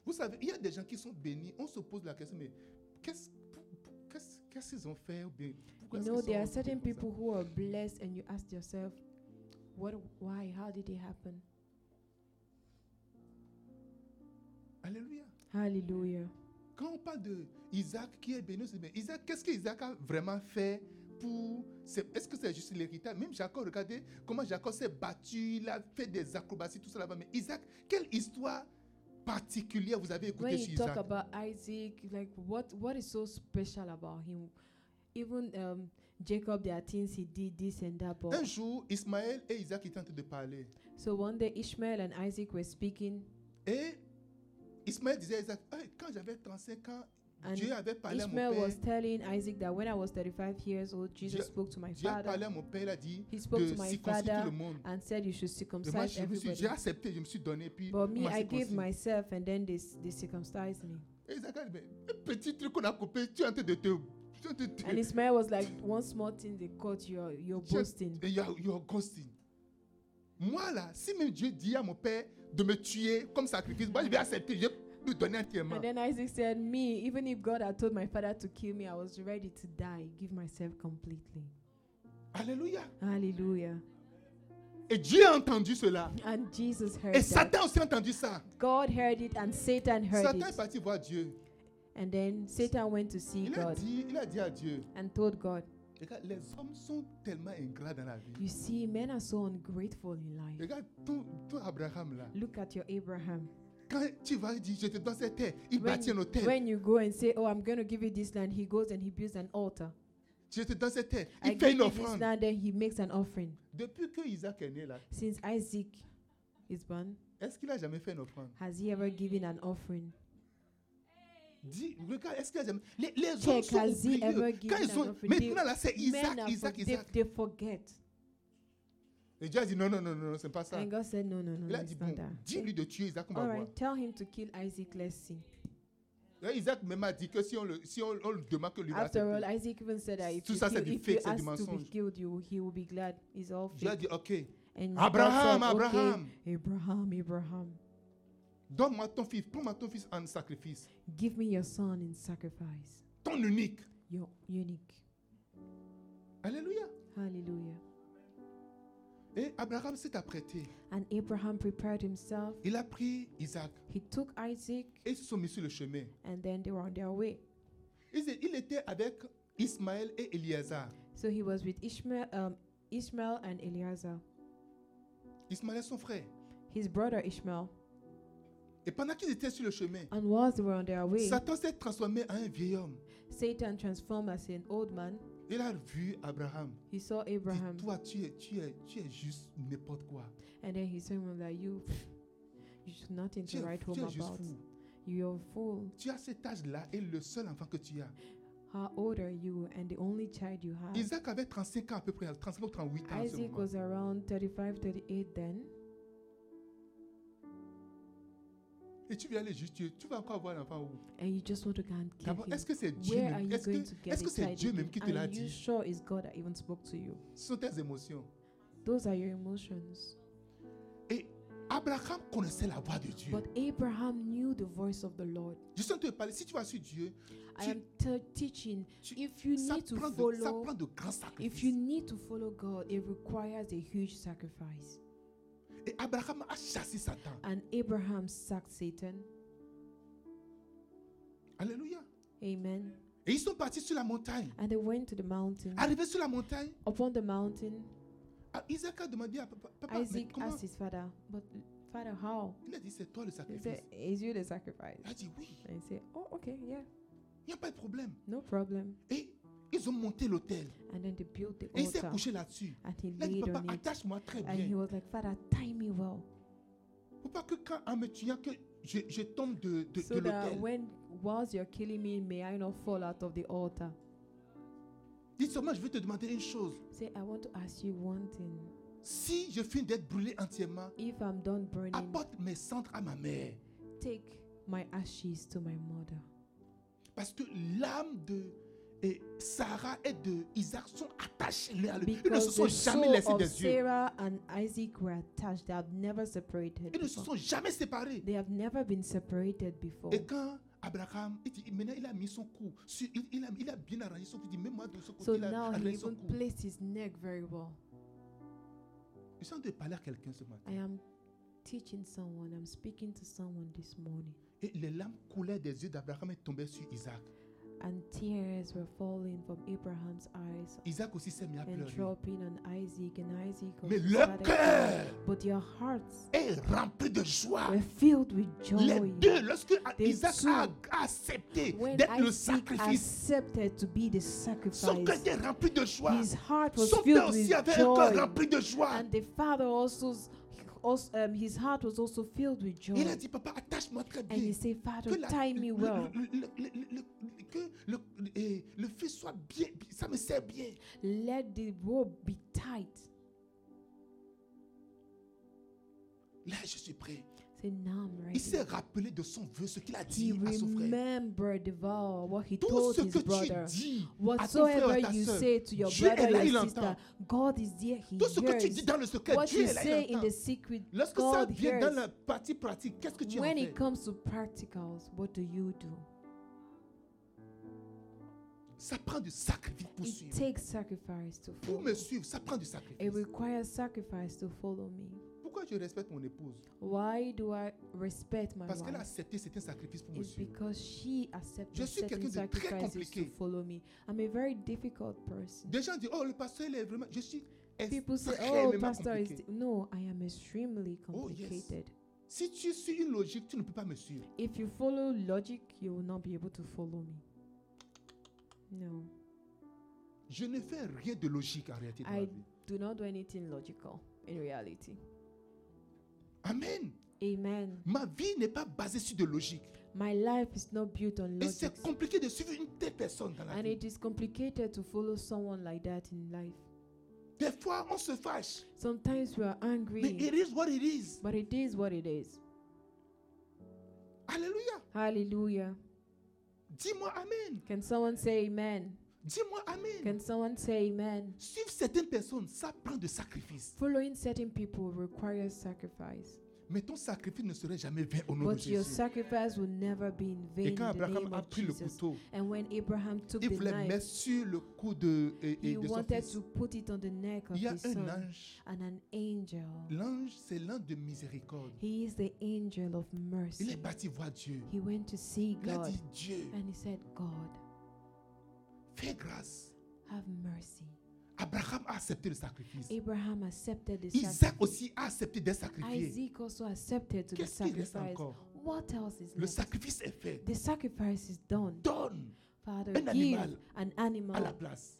S1: Vous savez, il y a des gens qui sont bénis. On se pose la question, mais qu'est-ce pour- pour- qu'est-ce- qu'est-ce qu'ils ont fait ou bien pourquoi
S3: You
S1: est-ce
S3: know,
S1: qu'ils sont
S3: there are
S1: rendus
S3: certain
S1: comme ça?
S3: people who are blessed, and you ask yourself, what, why, how did it happen?
S1: Alléluia.
S3: Hallelujah.
S1: Quand on parle de Isaac qui est béni, on se dit, mais Isaac, qu'est-ce qu'Isaac a vraiment fait pour. c'est- Est-ce que c'est juste l'héritage Même Jacob, regardez comment Jacob s'est battu, il a fait des acrobaties, tout ça là-bas. Mais Isaac, quelle histoire particulière vous avez écoutée
S3: When
S1: sur
S3: you talk
S1: Isaac
S3: about Isaac, like what what is so special about him? Even um, Jacob, there are things he did this and that, but
S1: Un jour, Ismaël et Isaac étaient en train de parler.
S3: So one day Ishmael and Isaac were speaking,
S1: Et Ismaël disait à Isaac, Hey, quand j'avais 35 ans,
S3: and
S1: Dieu avait parlé à mon
S3: Ishmael
S1: père.
S3: was telling Isaac that when I was 35 years old, Jesus
S1: Dieu-
S3: spoke to my
S1: Dieu a
S3: father
S1: parlé à mon père, il a dit
S3: He spoke
S1: de
S3: to my
S1: circoncire tout
S3: father
S1: le monde.
S3: and said you should
S1: Et moi,
S3: circumcise
S1: je me suis,
S3: everybody.
S1: j'ai accepté, je me suis donné, puis
S3: But
S1: on
S3: me,
S1: m'a
S3: I gave
S1: circoncis.
S3: myself, and then they s- they circumcised me.
S1: Et Isaac a dit, mais un petit truc qu'on a coupé, tu es en train de te... Tu es en train de te-
S3: And Ishmael was like, one small thing they caught you, are- you're
S1: tu es-
S3: boasting.
S1: et you're- you're ghosting. Moi là, si même Dieu dit à mon père de me tuer comme sacrifice, moi je vais accepter. Je, lui donner entièrement.
S3: And then Isaac said, Me, even if God had told my father to kill me, I was ready to die, give myself completely.
S1: Alléluia.
S3: Hallelujah.
S1: Et Dieu a entendu cela.
S3: And Jesus heard
S1: Et
S3: that.
S1: Satan aussi a entendu ça.
S3: God heard it and Satan heard
S1: Satan est
S3: it.
S1: parti voir Dieu.
S3: And then Satan went to see
S1: Il a,
S3: God
S1: dit, il a dit à Dieu,
S3: and told God,
S1: regarde, les hommes sont tellement ingrats dans la vie.
S3: You see, men are so ungrateful in life.
S1: Regarde ton, ton Abraham là.
S3: Look at your Abraham.
S1: Quand tu vas dire, je te donne cette terre, il
S3: When,
S1: bâtit un hôtel.
S3: when you go and say, Oh, I'm going to give you this land, he goes and he builds an altar.
S1: Je te donne cette terre, il
S3: I
S1: fait
S3: give
S1: une
S3: you this
S1: offrande.
S3: land, then he makes an offering.
S1: Depuis que Isaac est né là,
S3: Since Isaac is born,
S1: est-ce qu'il a jamais fait une offrande?
S3: has he ever given an offering?
S1: Dis, regarde, est-ce qu'il a jamais... Les, les hommes
S3: Check,
S1: sont
S3: has he ever
S1: oubliés. Quand
S3: given
S1: ils
S3: an
S1: ont...
S3: offering?
S1: Maintenant là, c'est
S3: Men
S1: Isaac,
S3: are
S1: Isaac,
S3: for- they-
S1: Isaac.
S3: They, forget.
S1: Et Dieu a dit, non, non, non, non, non, c'est pas ça.
S3: And God said, No, no, no,
S1: Il
S3: no
S1: a dit,
S3: it's
S1: bon,
S3: not that.
S1: dis-lui de tuer Isaac, on va
S3: All
S1: voir.
S3: right, tell him to kill Isaac, let's see.
S1: Et Isaac même a dit que si on le, si on, on le demande que lui va
S3: After all,
S1: accepter.
S3: Isaac even said that if
S1: Tout
S3: you,
S1: ça, c'est
S3: kill,
S1: du
S3: if you
S1: fake, c'est du
S3: ask to be
S1: mensonge.
S3: killed, you, he will be glad. It's all
S1: Dieu a
S3: fake.
S1: dit, ok,
S3: And God
S1: Abraham,
S3: said, "Okay,
S1: Abraham,
S3: Abraham, Abraham,
S1: donne-moi ton fils, prends-moi ton fils en sacrifice,
S3: give me your son in sacrifice,
S1: ton unique.
S3: your unique.
S1: Alléluia.
S3: Hallelujah.
S1: Et Abraham s'est apprêté.
S3: And Abraham prepared himself.
S1: Il a pris Isaac
S3: He took Isaac,
S1: et ils se sont mis sur le chemin.
S3: and then they were on their way.
S1: Ils é- Il était avec Ismaël et Eliezer.
S3: So he was with Ishmael, um, Ishmael and Eleazar,
S1: Ismaël est son frère.
S3: his brother Ishmael.
S1: Et pendant qu'ils étaient sur le chemin,
S3: And whilst they were on their way,
S1: Satan s'est transformé en un vieil homme.
S3: Satan transformed as an old man.
S1: Il a vu Abraham.
S3: He saw
S1: Il dit,
S3: Abraham,
S1: toi, tu es, tu es, tu es juste n'importe quoi.
S3: and then he said, him like you, you should nothing
S1: Tu
S3: to
S1: es,
S3: write
S1: tu
S3: home
S1: es juste
S3: about.
S1: fou.
S3: You're a fool.
S1: Tu as cet âge-là et le seul enfant que tu as.
S3: How old are you? And the only child you have.
S1: Isaac avait 35 ans à peu près, 35 ou 38 ans. à ce
S3: Ah. Isaac
S1: moment.
S3: was around 35, 38 then.
S1: Et tu viens aller juste tuer. Tu vas encore avoir l'enfant où
S3: And you just want to go and kill
S1: D'abord,
S3: him.
S1: est-ce que c'est Dieu
S3: Where are
S1: même
S3: you
S1: Est-ce
S3: going to
S1: que
S3: get
S1: est-ce que
S3: this
S1: c'est Dieu
S3: idea?
S1: même qui te l'a
S3: Are you
S1: dit
S3: sure it's God that even spoke to you?
S1: Ce sont tes émotions.
S3: Those are your emotions.
S1: Et Abraham connaissait la voix de Dieu.
S3: But Abraham knew the voice of the Lord.
S1: Je suis en train de te parler. Si tu vas sur Dieu,
S3: I
S1: Tu-
S3: am te- teaching
S1: tu-
S3: if you
S1: ça
S3: need to
S1: prend, de, ça
S3: follow
S1: prend de grands
S3: if you
S1: sacrifices.
S3: need to follow God, it requires a huge sacrifice.
S1: Et Abraham a chassé Satan.
S3: And Abraham sacked Satan.
S1: Alléluia.
S3: Amen.
S1: Et ils sont partis sur la montagne.
S3: And they went to the mountain.
S1: Arrivés sur la montagne,
S3: Upon the mountain,
S1: ah, Isaac a demandé à papa, papa, mais
S3: Isaac
S1: comment
S3: asked his father, But father, how?
S1: Il a dit, c'est toi le
S3: He
S1: sacrifice.
S3: said, Is you the sacrifice?
S1: Il a dit, oui,
S3: And he said, Oh, okay, yeah,
S1: il n'y a pas de problème.
S3: no problem.
S1: Et ils ont monté l'hôtel.
S3: And then they built the
S1: Et il s'est
S3: altar.
S1: couché là-dessus.
S3: And he
S1: Il a dit,
S3: laid
S1: papa,
S3: on it.
S1: attache-moi très
S3: And he
S1: bien.
S3: was like, Father, tie me well.
S1: Pour pas que quand en me tuant, que je, je tombe de, de,
S3: so
S1: de
S3: that
S1: l'hôtel.
S3: when whilst you're killing me, may I not fall out of the altar.
S1: Dis seulement, je vais te demander une chose.
S3: Say, I want to ask you one thing.
S1: Si je finis d'être brûlé entièrement,
S3: If I'm done burning,
S1: apporte mes cendres à ma mère.
S3: take my ashes to my mother.
S1: Parce que l'âme de et Sarah et de Isaac sont attachées l'un à l'autre. Ils ne se
S3: Because
S1: sont
S3: the
S1: jamais
S3: soul
S1: laissés
S3: of
S1: des yeux.
S3: Sarah and Isaac were attached. They have never separated.
S1: Ils ne se
S3: Before.
S1: sont jamais séparés.
S3: They have never been separated before.
S1: Et quand Abraham, il dit, maintenant il a mis son cou, sur- il, il a, il a bien arrangé son cou, il dit, mets-moi de ce côté,
S3: So
S1: il a
S3: now he
S1: arrangé son
S3: even
S1: cou.
S3: placed his neck very well.
S1: Je suis en train de parler à quelqu'un ce
S3: I
S1: matin.
S3: am teaching someone. I'm speaking to someone this morning.
S1: Et les larmes coulaient des yeux d'Abraham et tombaient sur Isaac.
S3: And tears were falling from Abraham's eyes
S1: Isaac aussi s'est mis à
S3: and
S1: pleurer.
S3: dropping on Isaac. And Isaac
S1: Mais
S3: also
S1: le
S3: started crying.
S1: cœur
S3: But your hearts
S1: est rempli de joie.
S3: were filled with
S1: Les
S3: joy.
S1: deux, lorsque
S3: They
S1: Isaac
S3: two.
S1: a a accepté
S3: When
S1: d'être le
S3: Isaac
S1: sacrifice,
S3: accepted to be the
S1: son cœur
S3: sacrifice,
S1: était rempli de joie.
S3: his heart was
S1: Son père
S3: filled
S1: aussi
S3: with
S1: avait un cœur
S3: joy.
S1: rempli de joie.
S3: And the father also, also um, his heart was also filled with
S1: Il a
S3: joy.
S1: dit, papa, attache-moi très
S3: And he
S1: bien.
S3: said,
S1: Que
S3: Father,
S1: la-
S3: tie me
S1: le-
S3: well.
S1: le- le- le- le- que le, et le fils soit bien, ça me sert bien.
S3: Let the rope be tight.
S1: Là, je suis prêt.
S3: He Say, now I'm ready.
S1: Il s'est rappelé de son vœu, ce qu'il a
S3: He
S1: dit à son frère.
S3: remembered the vow, what he
S1: Tout
S3: told
S1: ce
S3: his
S1: que
S3: brother.
S1: tu dis à ton frère,
S3: Whatsoever
S1: à ta
S3: you
S1: soeur,
S3: say to your
S1: Dieu est
S3: brother
S1: là,
S3: or
S1: il
S3: your sister,
S1: entend.
S3: God is there, he
S1: Tout ce que tu dis
S3: hears.
S1: dans le secret,
S3: What
S1: Dieu
S3: you
S1: est là,
S3: say
S1: il
S3: in
S1: entend.
S3: the secret,
S1: Lorsque ça
S3: God
S1: vient dans la
S3: hears.
S1: partie pratique, qu'est-ce que tu en
S3: When
S1: fais
S3: it comes to practicals, what do you do?
S1: Ça prend du sacrifice pour
S3: It
S1: suivre.
S3: takes sacrifice to
S1: Pour
S3: follow.
S1: me suivre, ça prend du sacrifice.
S3: It requires sacrifice to follow me.
S1: Pourquoi je respecte mon épouse
S3: Why do I respect my
S1: Parce qu'elle a
S3: wife?
S1: accepté, c'était un sacrifice pour me
S3: It's
S1: suivre.
S3: because she accepted
S1: suis quelqu'un
S3: certain
S1: de très
S3: sacrifices to
S1: compliqué.
S3: follow me. I'm a very difficult person.
S1: Des gens disent, oh, le pasteur, il est vraiment... Je suis
S3: People say, "Oh,
S1: extrêmement
S3: pastor is
S1: compliqué.
S3: di- no." I am extremely
S1: Oh, yes.
S3: complicated.
S1: Si tu suis une logique, tu ne peux pas me suivre.
S3: If you follow logic, you will not be able to follow me. No,
S1: Je ne fais rien de logique en réalité dans ma
S3: I
S1: vie.
S3: do not do anything logical in reality.
S1: Amen.
S3: Amen.
S1: Ma vie n'est pas basée sur de logique.
S3: My life is not built on
S1: Et
S3: logic,
S1: c'est compliqué de suivre une telle personne dans la
S3: and
S1: vie.
S3: it is complicated to follow someone like that in life.
S1: Des fois, on se fâche.
S3: Sometimes we are
S1: Mais
S3: angry,
S1: it is what it is.
S3: but it is what it is.
S1: Alléluia.
S3: Hallelujah.
S1: Dis-moi Amen.
S3: Can someone say amen?
S1: Dis-moi Amen.
S3: Can someone say amen?
S1: Suivre certaines personnes, ça prend de sacrifices.
S3: Following certain people requires sacrifice,
S1: Mais ton sacrifice ne serait jamais vain au nom de
S3: but your
S1: Jésus.
S3: sacrifice will never be in vain.
S1: Et
S3: in
S1: quand
S3: the
S1: Abraham
S3: name
S1: a
S3: of
S1: pris le
S3: Jesus.
S1: couteau,
S3: And when Abraham took
S1: il
S3: the
S1: voulait
S3: knife,
S1: mettre sur le cou de, et- et
S3: he
S1: de son
S3: wanted
S1: fils.
S3: to put it on the neck of
S1: Il y a
S3: his son.
S1: un ange.
S3: And an angel,
S1: L'ange, c'est l'ange de miséricorde.
S3: he is the angel of
S1: Il est
S3: mercy.
S1: parti voir Dieu.
S3: He went to see
S1: Il a
S3: God
S1: dit Dieu,
S3: and he said, God,
S1: fais grâce.
S3: have mercy.
S1: Abraham a accepté le sacrifice.
S3: Abraham accepted the
S1: Isaac
S3: sacrifice.
S1: aussi a accepté d'être sacrifié.
S3: Isaac also accepted to the
S1: Qu'est-ce qui reste
S3: sacrifice.
S1: encore
S3: What else is
S1: Le
S3: left?
S1: sacrifice est fait.
S3: The sacrifice is done.
S1: Donne
S3: Father,
S1: un
S3: give
S1: animal
S3: an
S1: à la
S3: animal
S1: place.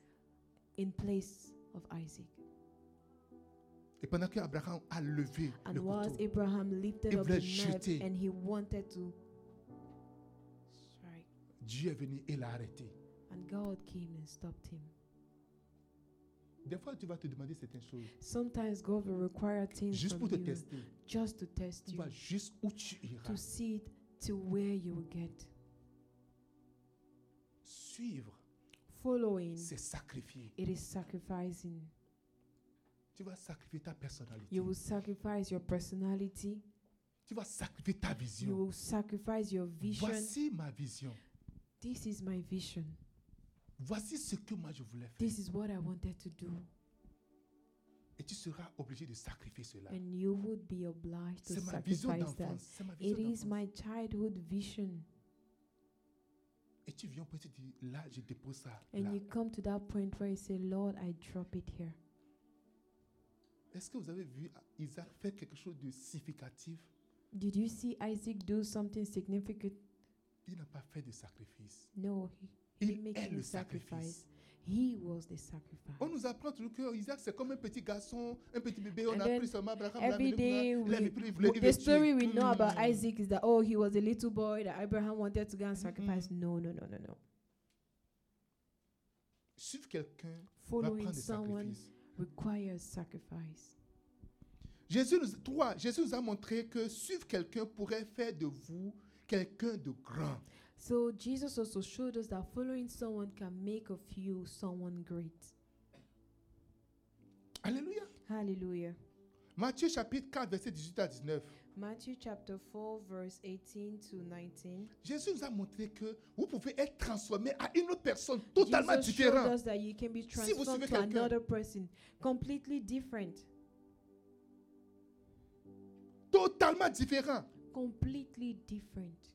S3: in place of Isaac.
S1: Et pendant que Abraham a levé
S3: And
S1: le
S3: whilst
S1: couteau,
S3: Abraham lifted
S1: Il
S3: up the
S1: voulait
S3: knife
S1: jeter.
S3: and he wanted to strike,
S1: Dieu est venu et l'a arrêté.
S3: and God came and stopped him.
S1: Des fois, tu vas te demander certaines choses
S3: Sometimes God will require things
S1: juste pour
S3: from
S1: te
S3: you
S1: tester.
S3: just to test
S1: Tu
S3: you,
S1: vas juste où tu iras.
S3: to see it to where you will get.
S1: Suivre,
S3: Following,
S1: c'est sacrifier.
S3: it is sacrificing.
S1: Tu vas sacrifier ta personnalité.
S3: You will sacrifice your personality.
S1: Tu vas sacrifier ta
S3: You
S1: vision.
S3: will sacrifice your vision.
S1: Voici ma vision.
S3: This is my vision.
S1: Voici ce que moi je voulais faire.
S3: This is what I wanted to do.
S1: Et tu seras obligé de sacrifier cela.
S3: And you would be obliged to
S1: C'est ma vision
S3: sacrifice that.
S1: d'enfance. C'est ma
S3: It
S1: vision
S3: is
S1: d'enfance.
S3: my childhood vision.
S1: Et tu viens pour te dire, là, je dépose ça.
S3: And
S1: là.
S3: you come to that point where you say, Lord, I drop it here.
S1: Est-ce que vous avez vu Isaac faire quelque chose de significatif
S3: Did you see Isaac do something significant?
S1: Il n'a pas fait de sacrifice.
S3: No, he, he didn't
S1: Il
S3: make
S1: est
S3: any
S1: le
S3: sacrifice.
S1: sacrifice.
S3: He was the
S1: On
S3: sacrifice.
S1: nous apprend toujours que Isaac, c'est comme un petit garçon, un petit bébé.
S3: And
S1: On a
S3: then
S1: pris seulement Abraham. l'a
S3: Every
S1: mis,
S3: day,
S1: il l'a
S3: we,
S1: mis, il voulait-
S3: w-
S1: il
S3: the
S1: veut
S3: story
S1: tuer.
S3: we know about
S1: Mm.
S3: Isaac is that, oh, he was a little boy that Abraham wanted to go and sacrifice.
S1: Mhm.
S3: No, no, no, no, no.
S1: Suivre quelqu'un va
S3: Following
S1: prendre des
S3: someone
S1: sacrifices.
S3: requires sacrifice.
S1: Jésus nous, trois, Jésus nous a montré que suivre quelqu'un pourrait faire de vous quelqu'un de grand.
S3: So Jesus also showed us that following someone can make of you someone great.
S1: Alléluia.
S3: Hallelujah.
S1: Matthieu chapitre 4, verset 18 à 19.
S3: Matthew chapter 4, verse 18 to 19.
S1: Jésus nous a montré que vous pouvez être transformé à une autre personne totalement
S3: Jesus showed
S1: différente.
S3: us that you can be
S1: Si vous
S3: transformed
S1: suivez
S3: to
S1: quelqu'un.
S3: another person, completely different,
S1: Totalement différent.
S3: completely different,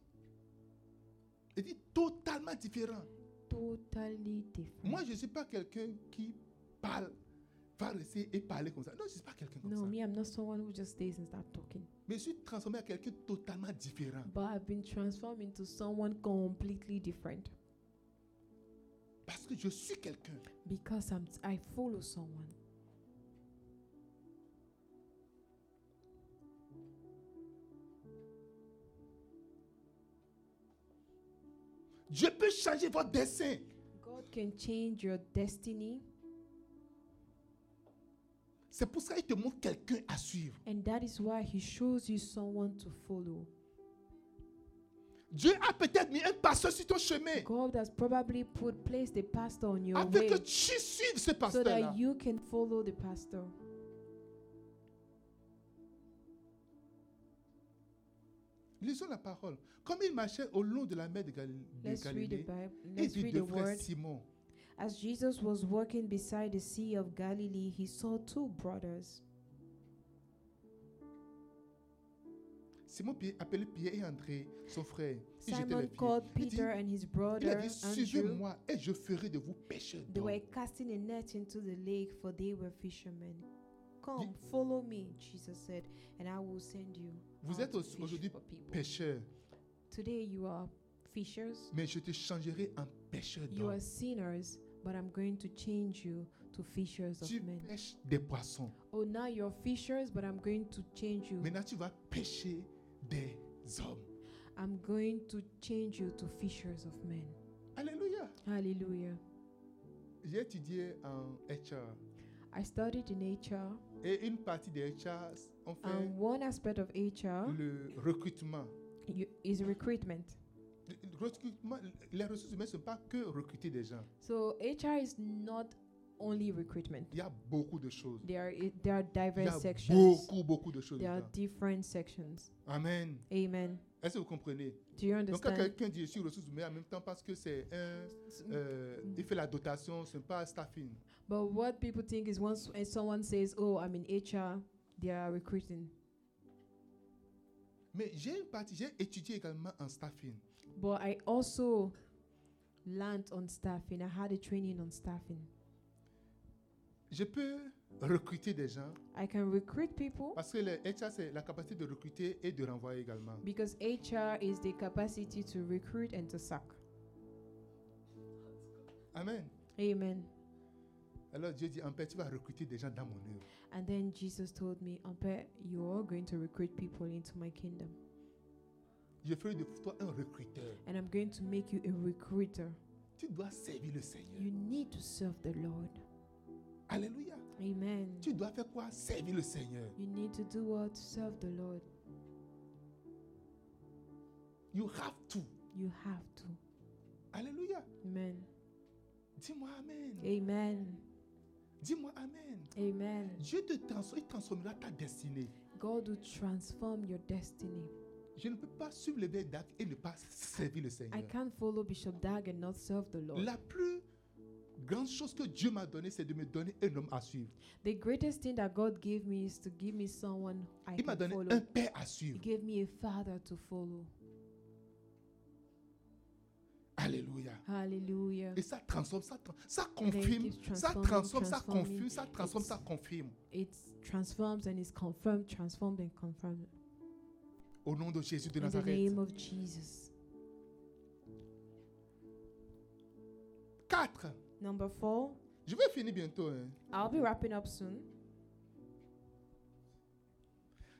S1: Il dit totalement différent.
S3: totally different.
S1: Moi, je ne suis pas quelqu'un qui parle, va rester et parler comme ça. Non, je ne suis pas quelqu'un comme
S3: no,
S1: ça.
S3: me, I'm not someone who just stays and starts talking.
S1: Mais je suis transformé à quelqu'un totalement différent.
S3: But I've been transformed into someone completely different
S1: Parce que je suis quelqu'un.
S3: because I'm t- I follow someone.
S1: Je peux changer votre destin.
S3: God can change your destiny.
S1: C'est pour ça qu'il te montre quelqu'un à suivre.
S3: And that is why he shows you someone to follow.
S1: Dieu a peut-être mis un pasteur sur ton chemin
S3: God has probably put placed the pastor on your
S1: afin
S3: way
S1: que tu suives ce
S3: so
S1: pasteur-là.
S3: that you can follow the pastor.
S1: Lisons la parole. Comme il marchait au long de la mer de, Gal- de
S3: Let's read the
S1: Galilée,
S3: Bible.
S1: et
S3: Let's
S1: du
S3: read the
S1: deux frères
S3: word.
S1: Simon,
S3: As Jesus was walking beside the sea of Galilee, he saw two brothers,
S1: Simon Pierre- appelé Pierre et André, son frère, ils jetaient les
S3: Simon
S1: pieds.
S3: called
S1: Il dit-
S3: Peter and his
S1: Il a
S3: brother
S1: dit,
S3: Andrew.
S1: suivez-moi et je ferai de vous pêcheurs
S3: They were
S1: d'hommes.
S3: casting a net into the lake, for they were fishermen. Come, follow me, Jesus said, and I will send you.
S1: Vous
S3: out
S1: êtes
S3: to
S1: au-
S3: fish
S1: aujourd'hui
S3: for people."
S1: Pêcheurs,
S3: Today you are fishers,
S1: mais je te changerai en pêcheur
S3: you
S1: d'hommes.
S3: are sinners, but I'm going to change you to fishers of
S1: Tu
S3: men.
S1: pêches des poissons.
S3: Oh, now you're fishers, but I'm going to change you.
S1: Maintenant, tu vas pêcher des hommes.
S3: I'm going to change you to fishers of men.
S1: Alléluia.
S3: Hallelujah.
S1: J'ai étudié en HR
S3: I studied in HR,
S1: et une partie des HR on fait Mm.
S3: and one aspect of HR
S1: le recrutement.
S3: you- is recruitment.
S1: Le- le recrutement. Les ressources humaines ne sont pas que recruter des gens.
S3: So HR is not only recruitment.
S1: Il y a beaucoup de choses.
S3: There are i- there are
S1: Il y
S3: diverse
S1: a
S3: sections.
S1: beaucoup, beaucoup de choses.
S3: There are
S1: dedans.
S3: different sections.
S1: Amen.
S3: Amen.
S1: Est-ce que vous comprenez?
S3: Do you
S1: Donc quand
S3: understand?
S1: quelqu'un dit je suis ressources humaines en même temps parce que c'est un
S3: S-
S1: euh, il fait la dotation, ce n'est pas staffing.
S3: But what people think is once uh, someone says, "Oh, I'm in HR," they are recruiting.
S1: Mais j'ai une partie, j'ai étudié également en staffing.
S3: But I also learned on staffing. I had a training on staffing.
S1: Je peux recruter des gens
S3: I can recruit people
S1: parce que le HR c'est la capacité de recruter et de renvoyer également.
S3: because HR is the capacity to recruit and to sack.
S1: Amen.
S3: Amen.
S1: Alors Dieu dit en paix, tu vas recruter des gens dans mon œuvre.
S3: And then Jesus told me, Ampe, you're going to recruit people into my kingdom.
S1: Je ferai de toi un recruteur.
S3: And I'm going to make you a recruiter.
S1: Tu dois servir le Seigneur.
S3: You need to serve the Lord.
S1: Alléluia.
S3: Amen.
S1: Tu dois faire quoi Servir le Seigneur.
S3: You need to do what? Serve the Lord.
S1: You have to.
S3: You have to.
S1: Alléluia.
S3: Amen.
S1: Dis-moi amen.
S3: Amen.
S1: Dis-moi amen.
S3: Amen.
S1: Dieu te transforme, il transformera ta destinée.
S3: God will transform your destiny.
S1: Je ne peux pas suivre le verre d'acte et ne pas servir le Seigneur.
S3: I can't follow Bishop Dag and not serve the Lord.
S1: La plus grande chose que Dieu m'a donnée, c'est de me donner un homme à suivre.
S3: The greatest thing that God gave me is to give me someone I
S1: Il m'a
S3: can
S1: donné un
S3: follow.
S1: père à
S3: He
S1: suivre.
S3: gave me a father to follow.
S1: Alléluia.
S3: Hallelujah.
S1: Et ça transforme, ça, tra- ça
S3: And then it
S1: confirme,
S3: keeps
S1: ça
S3: transforming,
S1: transforme, ça
S3: transforming.
S1: confirme, ça transforme, ça
S3: It's-
S1: confirme.
S3: It transforms and is confirmed, transformed and confirmed.
S1: Au nom de Jésus de
S3: In the
S1: Nazareth.
S3: name of Jesus.
S1: 4.
S3: Number four,
S1: Je vais finir bientôt. hein.
S3: I'll be wrapping up soon.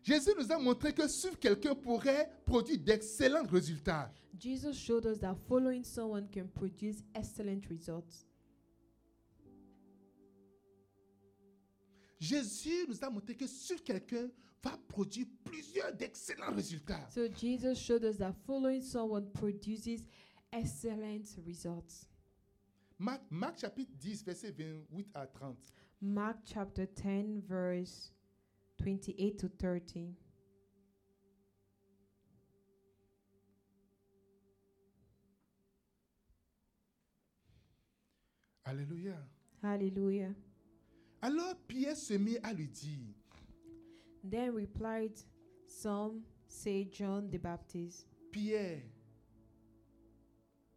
S1: Jésus nous a montré que suivre quelqu'un pourrait produire d'excellents résultats.
S3: Jesus showed us that following someone can produce excellent results.
S1: Jésus nous a montré que suivre quelqu'un va produire plusieurs d'excellents résultats.
S3: So Jesus showed us that following someone produces excellent results.
S1: Marc, Marc chapitre 10, verset 28 à 30.
S3: Mark chapter 10, verse 28 to 30.
S1: Alléluia.
S3: Hallelujah.
S1: Alors Pierre se mit à lui dire,
S3: Then replied some, say John the Baptist.
S1: Pierre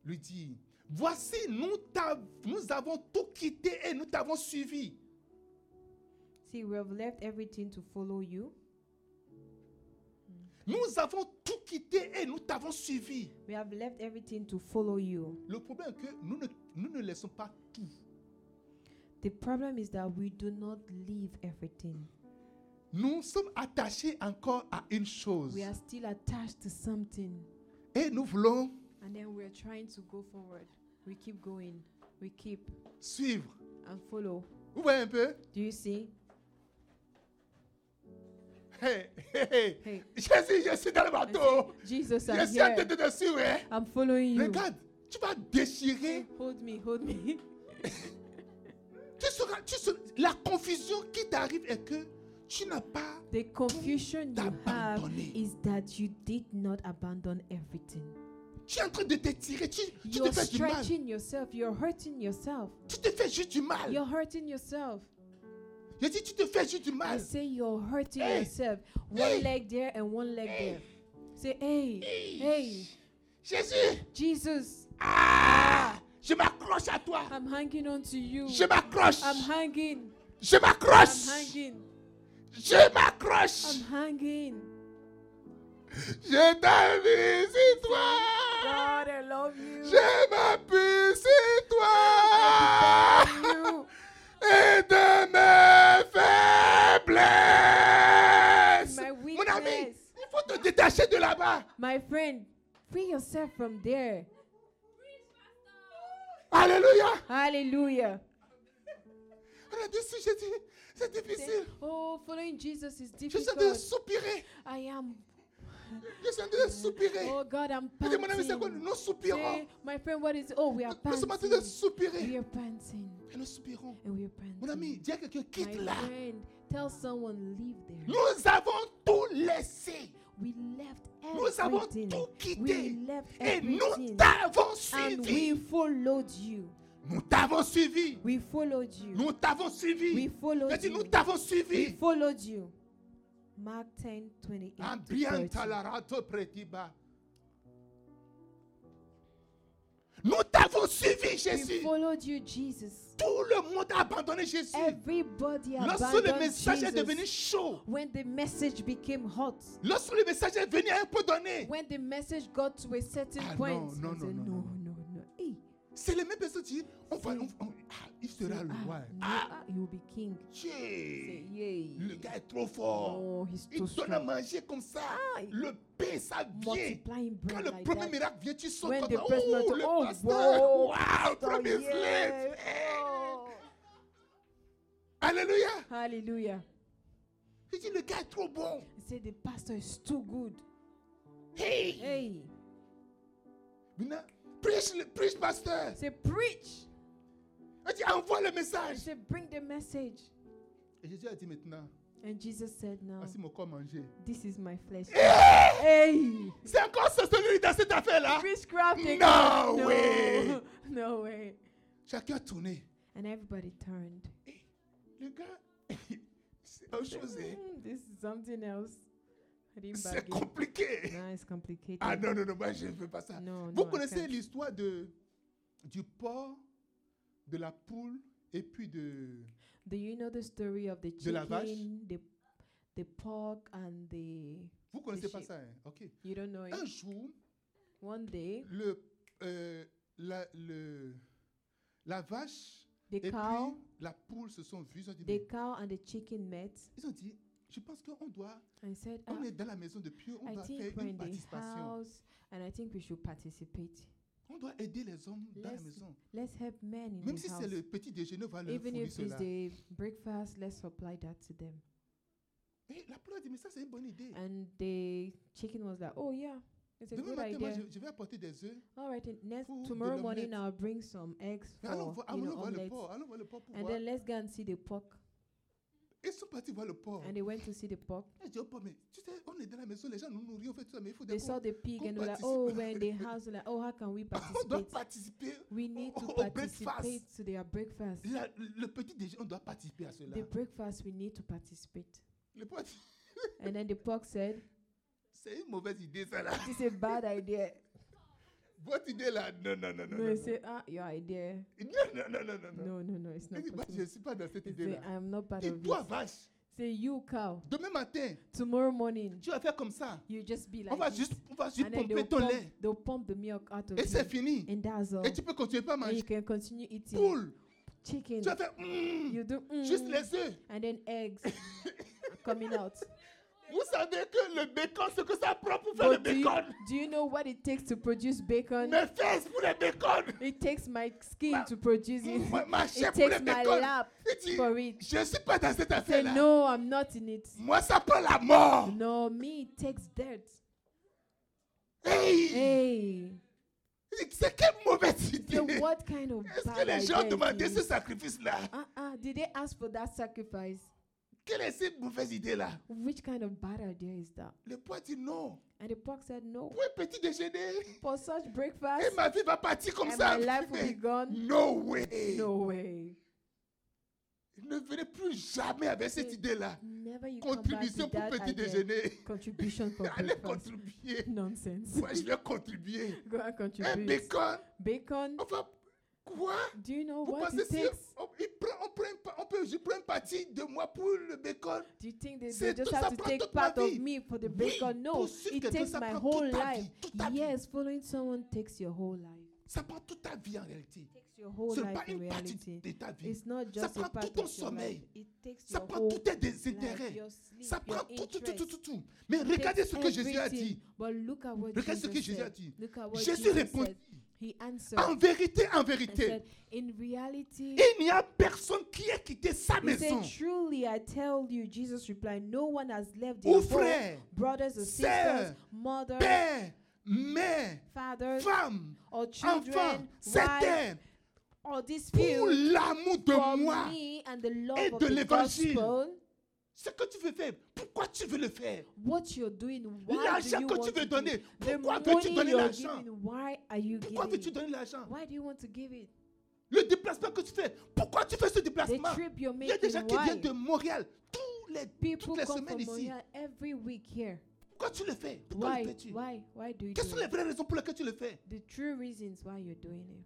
S1: lui dit, voici, nous, t'av- nous avons tout quitté et nous t'avons suivi.
S3: See, we have left everything to follow you.
S1: Nous avons tout quitté et nous t'avons suivi.
S3: We have left everything to follow you.
S1: Le problème est que nous ne, nous ne laissons pas tout.
S3: The problem is that we do not leave everything.
S1: Nous sommes attachés encore à une chose
S3: We are still attached to something.
S1: et nous voulons
S3: And then we're trying to go forward. We keep going. We keep
S1: suivre.
S3: and follow.
S1: Vous voyez un peu
S3: Do you see?
S1: Hey, hey, hey.
S3: Hey.
S1: Jésus, je suis dans le
S3: I
S1: bateau.
S3: said, Jesus,
S1: Je
S3: I'm
S1: suis en train
S3: here.
S1: de te suivre. hein.
S3: I'm following you.
S1: Regarde, tu vas déchirer.
S3: Hold me, hold me. [LAUGHS]
S1: Tu seras, tu seras- la confusion qui t'arrive est que tu n'as pas.
S3: The confusion you have
S1: D'abandonner.
S3: is that you did not abandon everything.
S1: Tu es en train de t'étirer. Tu, tu te
S3: You're
S1: fais du mal.
S3: stretching yourself. You're hurting yourself.
S1: Tu te fais juste du mal.
S3: You're hurting yourself.
S1: Je dis, tu te fais juste du
S3: I
S1: mal.
S3: say you're hurting
S1: Hey.
S3: yourself.
S1: Hey.
S3: One leg there and one leg there. Say, hey, hey,
S1: Jésus,
S3: Jesus,
S1: ah, je m'accroche à toi.
S3: I'm hanging on to you.
S1: Je m'accroche.
S3: I'm hanging.
S1: Je
S3: I'm
S1: m'accroche.
S3: hanging.
S1: Je m'accroche.
S3: I'm hanging.
S1: Je t'appuie sur toi.
S3: God, I love you.
S1: Je m'appuie sur toi.
S3: [LAUGHS] You.
S1: Et de mes faiblesses.
S3: My
S1: Mon ami,
S3: weakness.
S1: il faut te détacher de là-bas.
S3: My friend, free yourself from there.
S1: Alléluia.
S3: Hallelujah.
S1: On a dit si Jésus, c'est difficile.
S3: Oh, following Jesus is
S1: Je suis en train de
S3: difficult.
S1: soupirer.
S3: I am.
S1: Je suis en train de soupirer.
S3: Oh God, I'm
S1: Je dis, mon ami, c'est quoi?
S3: panting.
S1: Nous
S3: Say,
S1: soupirons.
S3: my friend, what is? Oh, we are
S1: Nous sommes en train de
S3: panting.
S1: soupirer.
S3: We are panting
S1: Et nous soupirons.
S3: and we are
S1: Mon ami,
S3: panting.
S1: dis à quelqu'un, quitte
S3: My
S1: là.
S3: friend, tell someone leave there.
S1: Nous avons tout laissé.
S3: We left
S1: Nous avons
S3: everything.
S1: tout quitté.
S3: We left
S1: Et nous
S3: everything.
S1: t'avons
S3: And we
S1: suivi.
S3: followed you.
S1: Nous t'avons suivi.
S3: We followed you.
S1: Nous t'avons
S3: We
S1: suivi. Je
S3: followed
S1: dis, nous
S3: you.
S1: t'avons
S3: We
S1: suivi.
S3: followed you. Mark 10, 28 to 30.
S1: Ambiantalarato pretiba. Nous t'avons suivi,
S3: We
S1: Jésus.
S3: followed you, Jesus.
S1: Tout le monde a abandonné Jésus.
S3: Everybody
S1: Lorsque le
S3: abandoned
S1: message est
S3: Jesus.
S1: devenu chaud,
S3: When the message became hot,
S1: lorsque le message est venu à un point donné,
S3: when the message got to a certain
S1: Ah,
S3: point,
S1: non, non,
S3: they
S1: non,
S3: said,
S1: non,
S3: no, no, no. Hey,
S1: c'est les mêmes personnes qui disent on va, on, on- ah, il sera
S3: say,
S1: le
S3: ah,
S1: roi.
S3: no,
S1: Ah,
S3: ah, you will be king. Say,
S1: Dieu,
S3: yay.
S1: le gars est trop fort.
S3: Oh, he's
S1: Il
S3: too
S1: donne à
S3: strong.
S1: manger comme ça.
S3: Ah, il-
S1: Le pain, ça vient.
S3: Multiplying
S1: Quand
S3: bread
S1: le
S3: like
S1: premier
S3: that.
S1: miracle vient, tu sautes
S3: When
S1: comme
S3: the
S1: ça.
S3: first
S1: Oh,
S3: miracle-
S1: le
S3: oh,
S1: pasteur.
S3: wow,
S1: Wow,
S3: pastor,
S1: premier slip.
S3: yeah,
S1: Hey.
S3: oh.
S1: Alléluia.
S3: Hallelujah.
S1: Il dit, le gars est trop bon.
S3: He said the pastor is too good.
S1: Hey.
S3: Hey,
S1: Maintenant, prêche, le- prêche, pasteur.
S3: say preach.
S1: Il dit, envoie le
S3: He
S1: message.
S3: said bring the message.
S1: Et Jésus a dit maintenant,
S3: And Jesus said, now
S1: voici mon corps mangé.
S3: this is my flesh.
S1: Hey!
S3: Hey,
S1: Eh. C'est encore soutenu dans cette affaire-là.
S3: witchcraft again.
S1: No
S3: no
S1: way.
S3: [LAUGHS] no way.
S1: Chacun a tourné.
S3: And everybody turned.
S1: Le gars, [LAUGHS] c'est autre chose. hein.
S3: Mm, This is something else. I didn't bag
S1: C'est
S3: it.
S1: compliqué.
S3: Nah, it's complicated. [LAUGHS]
S1: Ah non, non, non, moi je ne veux pas ça.
S3: No,
S1: Vous
S3: no, I
S1: connaissez
S3: can't.
S1: l'histoire de, du porc, de la poule et puis de.
S3: Do you know the story of the
S1: De la
S3: chicken,
S1: vache?
S3: the the pork, and the
S1: Vous connaissez pas
S3: sheep.
S1: ça, hein? Ok.
S3: you don't know it?
S1: Un jour,
S3: One day,
S1: le, euh, la, le, la vache
S3: the
S1: et
S3: cow,
S1: puis la poule se sont vues. Ils ont dit,
S3: the
S1: mais-
S3: cow and the chicken met
S1: ils ont dit je pense qu'on doit.
S3: and said,
S1: On
S3: "Ah,
S1: est dans la maison depuis, on
S3: "I
S1: doit faire
S3: think we're
S1: une
S3: in the
S1: participation.
S3: house, and I think we should participate.
S1: On doit aider les hommes dans la
S3: Laisse-
S1: maison.
S3: Let's help men in
S1: Même
S3: the
S1: si
S3: house,
S1: c'est le petit déjeuner, on va leur
S3: even
S1: fournir
S3: if it's
S1: cela.
S3: the breakfast. Let's supply that to them."
S1: Et Eh, la poule a dit, mais ça c'est une bonne idée.
S3: And the chicken was like, "Oh yeah, Ah, it's a
S1: Demain
S3: good
S1: matin, moi,
S3: idea."
S1: je, je vais apporter des œufs.
S3: All right, then next
S1: Pour de
S3: tomorrow morning
S1: l'omelette.
S3: I'll bring some eggs
S1: Mais
S3: for
S1: allons voir,
S3: Oh, you
S1: allons
S3: know,
S1: voir le
S3: omelette.
S1: porc. Allons voir le porc pour
S3: And
S1: voir.
S3: then let's go and see the pork.
S1: Ils sont partis voir le porc.
S3: And they went to see the pork.
S1: Et je dis au porc, oh, mais tu sais, on est dans la maison, les gens nous nourrissent, on fait tout ça, mais il faut
S3: They
S1: des
S3: saw the pig
S1: go
S3: and were like,
S1: participate.
S3: oh, we're in the house. Like, [LAUGHS] oh, how can we
S1: [LAUGHS] On doit
S3: participate?
S1: participer.
S3: We need [LAUGHS] to
S1: au breakfast.
S3: participate to their breakfast.
S1: La- le petit déjeuner, on doit participer à cela.
S3: The breakfast, we need to participate.
S1: Le porc dit,
S3: And then the pork said,
S1: [LAUGHS] c'est une mauvaise idée, ça là.
S3: this is a bad idea.
S1: Votre idée là, non, non, non, non.
S3: [LAUGHS] No,
S1: Non,
S3: he said, ah, your idea.
S1: non, non, non, non. non.
S3: No, no, no, it's
S1: Il
S3: not
S1: dit, moi, je
S3: possible.
S1: ne suis pas dans cette
S3: He said,
S1: idée-là.
S3: I'm not part
S1: Et
S3: of
S1: toi,
S3: it.
S1: vache,
S3: Say, you cow,
S1: demain matin,
S3: tomorrow morning,
S1: tu vas faire comme ça.
S3: you just be
S1: On
S3: like
S1: va
S3: this.
S1: juste, on va juste
S3: and then
S1: pomper
S3: they'll
S1: ton
S3: pump,
S1: lait.
S3: they'll pump the milk out of
S1: Et c'est
S3: you.
S1: fini.
S3: And that's all.
S1: Et tu peux continuer pas à
S3: and
S1: manger.
S3: you can continue eating
S1: Poule,
S3: chicken.
S1: tu vas faire mm,
S3: You do mm,
S1: juste les œufs. [LAUGHS]
S3: and then eggs coming out.
S1: Vous savez que le bacon, ce que ça prend pour faire le
S4: But do, you,
S1: bacon.
S4: do you know what it takes to produce bacon?
S1: Mes fesses pour le bacon.
S4: It takes my skin
S1: Ma-
S4: to produce it.
S1: [LAUGHS] Ma, ma
S4: It
S1: chair pour le
S4: takes my
S1: bacon.
S4: lap
S1: Il dit,
S4: for it.
S1: je ne suis pas dans
S4: [LAUGHS]
S1: cette
S4: Say,
S1: affaire-là.
S4: no, I'm not in it.
S1: Moi, ça prend la mort.
S4: No, me, it takes dirt.
S1: Hey!
S4: Hey,
S1: Il dit, C'est quelle mauvaise [LAUGHS]
S4: so
S1: idée.
S4: what kind of
S1: Est-ce que
S4: bad
S1: les gens
S4: idea it
S1: demandaient
S4: is?
S1: ce sacrifice-là
S4: Uh-uh, did they ask for that sacrifice?
S1: Quelle est cette mauvaise idée-là
S4: Which kind of bad idea is that?
S1: Le poids dit non.
S4: And the pork said, no.
S1: Pour un petit déjeuner,
S4: For such
S1: et
S4: breakfast,
S1: ma vie va partir comme
S4: and
S1: ça.
S4: my life will be
S1: [LAUGHS]
S4: gone.
S1: No way.
S4: No way.
S1: Ne venez plus jamais avec cette
S4: Hey,
S1: idée-là.
S4: Never you come back
S1: Contribution
S4: to
S1: pour
S4: that
S1: petit
S4: idea.
S1: déjeuner.
S4: Contribution for
S1: [LAUGHS] Allez
S4: breakfast.
S1: contribuer.
S4: Nonsense.
S1: Moi, je vais contribuer.
S4: Go and
S1: Un
S4: contribute.
S1: Eh, bacon,
S4: Bacon.
S1: on va. Quoi
S4: Do you know
S1: Vous
S4: what
S1: pensez
S4: it
S1: si
S4: takes?
S1: on, il prend, on, prend, une pa- on peut, je prends une partie de moi pour le bacon
S4: Do you think they, they
S1: C'est
S4: just
S1: tout ça
S4: have to
S1: prend
S4: take
S1: toute ma
S4: part of
S1: vie.
S4: me for the
S1: Oui,
S4: bacon? No,
S1: poursuivre
S4: it
S1: quelqu'un,
S4: takes
S1: ça
S4: my
S1: prend
S4: whole
S1: toute ta vie,
S4: life.
S1: toute ta vie.
S4: Yes, following someone takes your whole life.
S1: Ça prend toute ta vie en réalité.
S3: takes your whole
S1: Ce n'est pas
S3: life in
S1: une partie
S3: reality.
S1: de ta vie.
S3: It's not just
S1: prend
S3: a
S1: tout
S3: part
S1: ton
S3: of your life.
S1: sommeil.
S3: It takes
S1: Ça
S3: your
S1: prend
S3: whole
S1: tous tes
S3: life,
S1: désintérêts.
S3: your sleep,
S1: Ça
S3: your
S1: prend tout, tout, tout, tout,
S3: interest.
S1: tout, tout. Mais
S3: It
S1: regardez
S3: takes
S1: ce que Jésus a
S3: everything.
S1: dit.
S3: But look at what
S1: Regardez ce
S3: Jesus
S1: que Jésus a
S3: said.
S1: dit.
S3: Look at what
S1: Jésus
S3: Jesus
S1: répondit.
S3: said. He answered
S1: En vérité, en
S4: and
S1: vérité,
S4: said, In reality,
S1: il n'y a personne qui ait quitté sa
S3: He
S1: maison.
S3: said, Truly I tell you, Jesus replied, No one has left their
S1: Ou
S3: home,
S1: frère,
S3: brothers
S1: sœurs,
S3: or sisters, mothers,
S1: père, mère,
S3: fathers,
S1: femme, enfant,
S3: or children, wives,
S1: c'était
S3: or this
S1: pour
S3: field
S1: l'amour
S3: for
S1: de moi.
S3: me and the love
S1: et
S3: of
S1: de
S3: the
S1: l'évangile.
S3: gospel.
S1: Ce que tu veux faire, pourquoi tu veux le faire
S3: What you're doing, why do
S1: L'argent
S3: you
S1: que
S3: want
S1: tu veux
S3: to
S1: donner,
S3: give? The
S1: pourquoi veux-tu
S3: money
S1: donner
S3: you're
S1: l'argent?
S3: giving, Why are you
S1: Pourquoi
S3: giving?
S1: veux-tu donner l'argent
S3: Why do you want to give it?
S1: Le déplacement que tu fais, pourquoi tu fais ce
S3: The
S1: déplacement
S3: trip you're
S1: Il y a
S3: making,
S1: des gens qui
S3: why?
S1: viennent de Montréal tous les,
S3: People
S1: toutes les
S3: come
S1: semaines
S3: from
S1: ici.
S3: Montreal every week here.
S1: Pourquoi tu le fais Pourquoi
S3: Why?
S1: le fais-tu
S3: Why? Why do you
S1: Quelles
S3: do
S1: sont les
S3: it?
S1: vraies raisons pour lesquelles tu le fais
S3: The true reasons why you're doing it.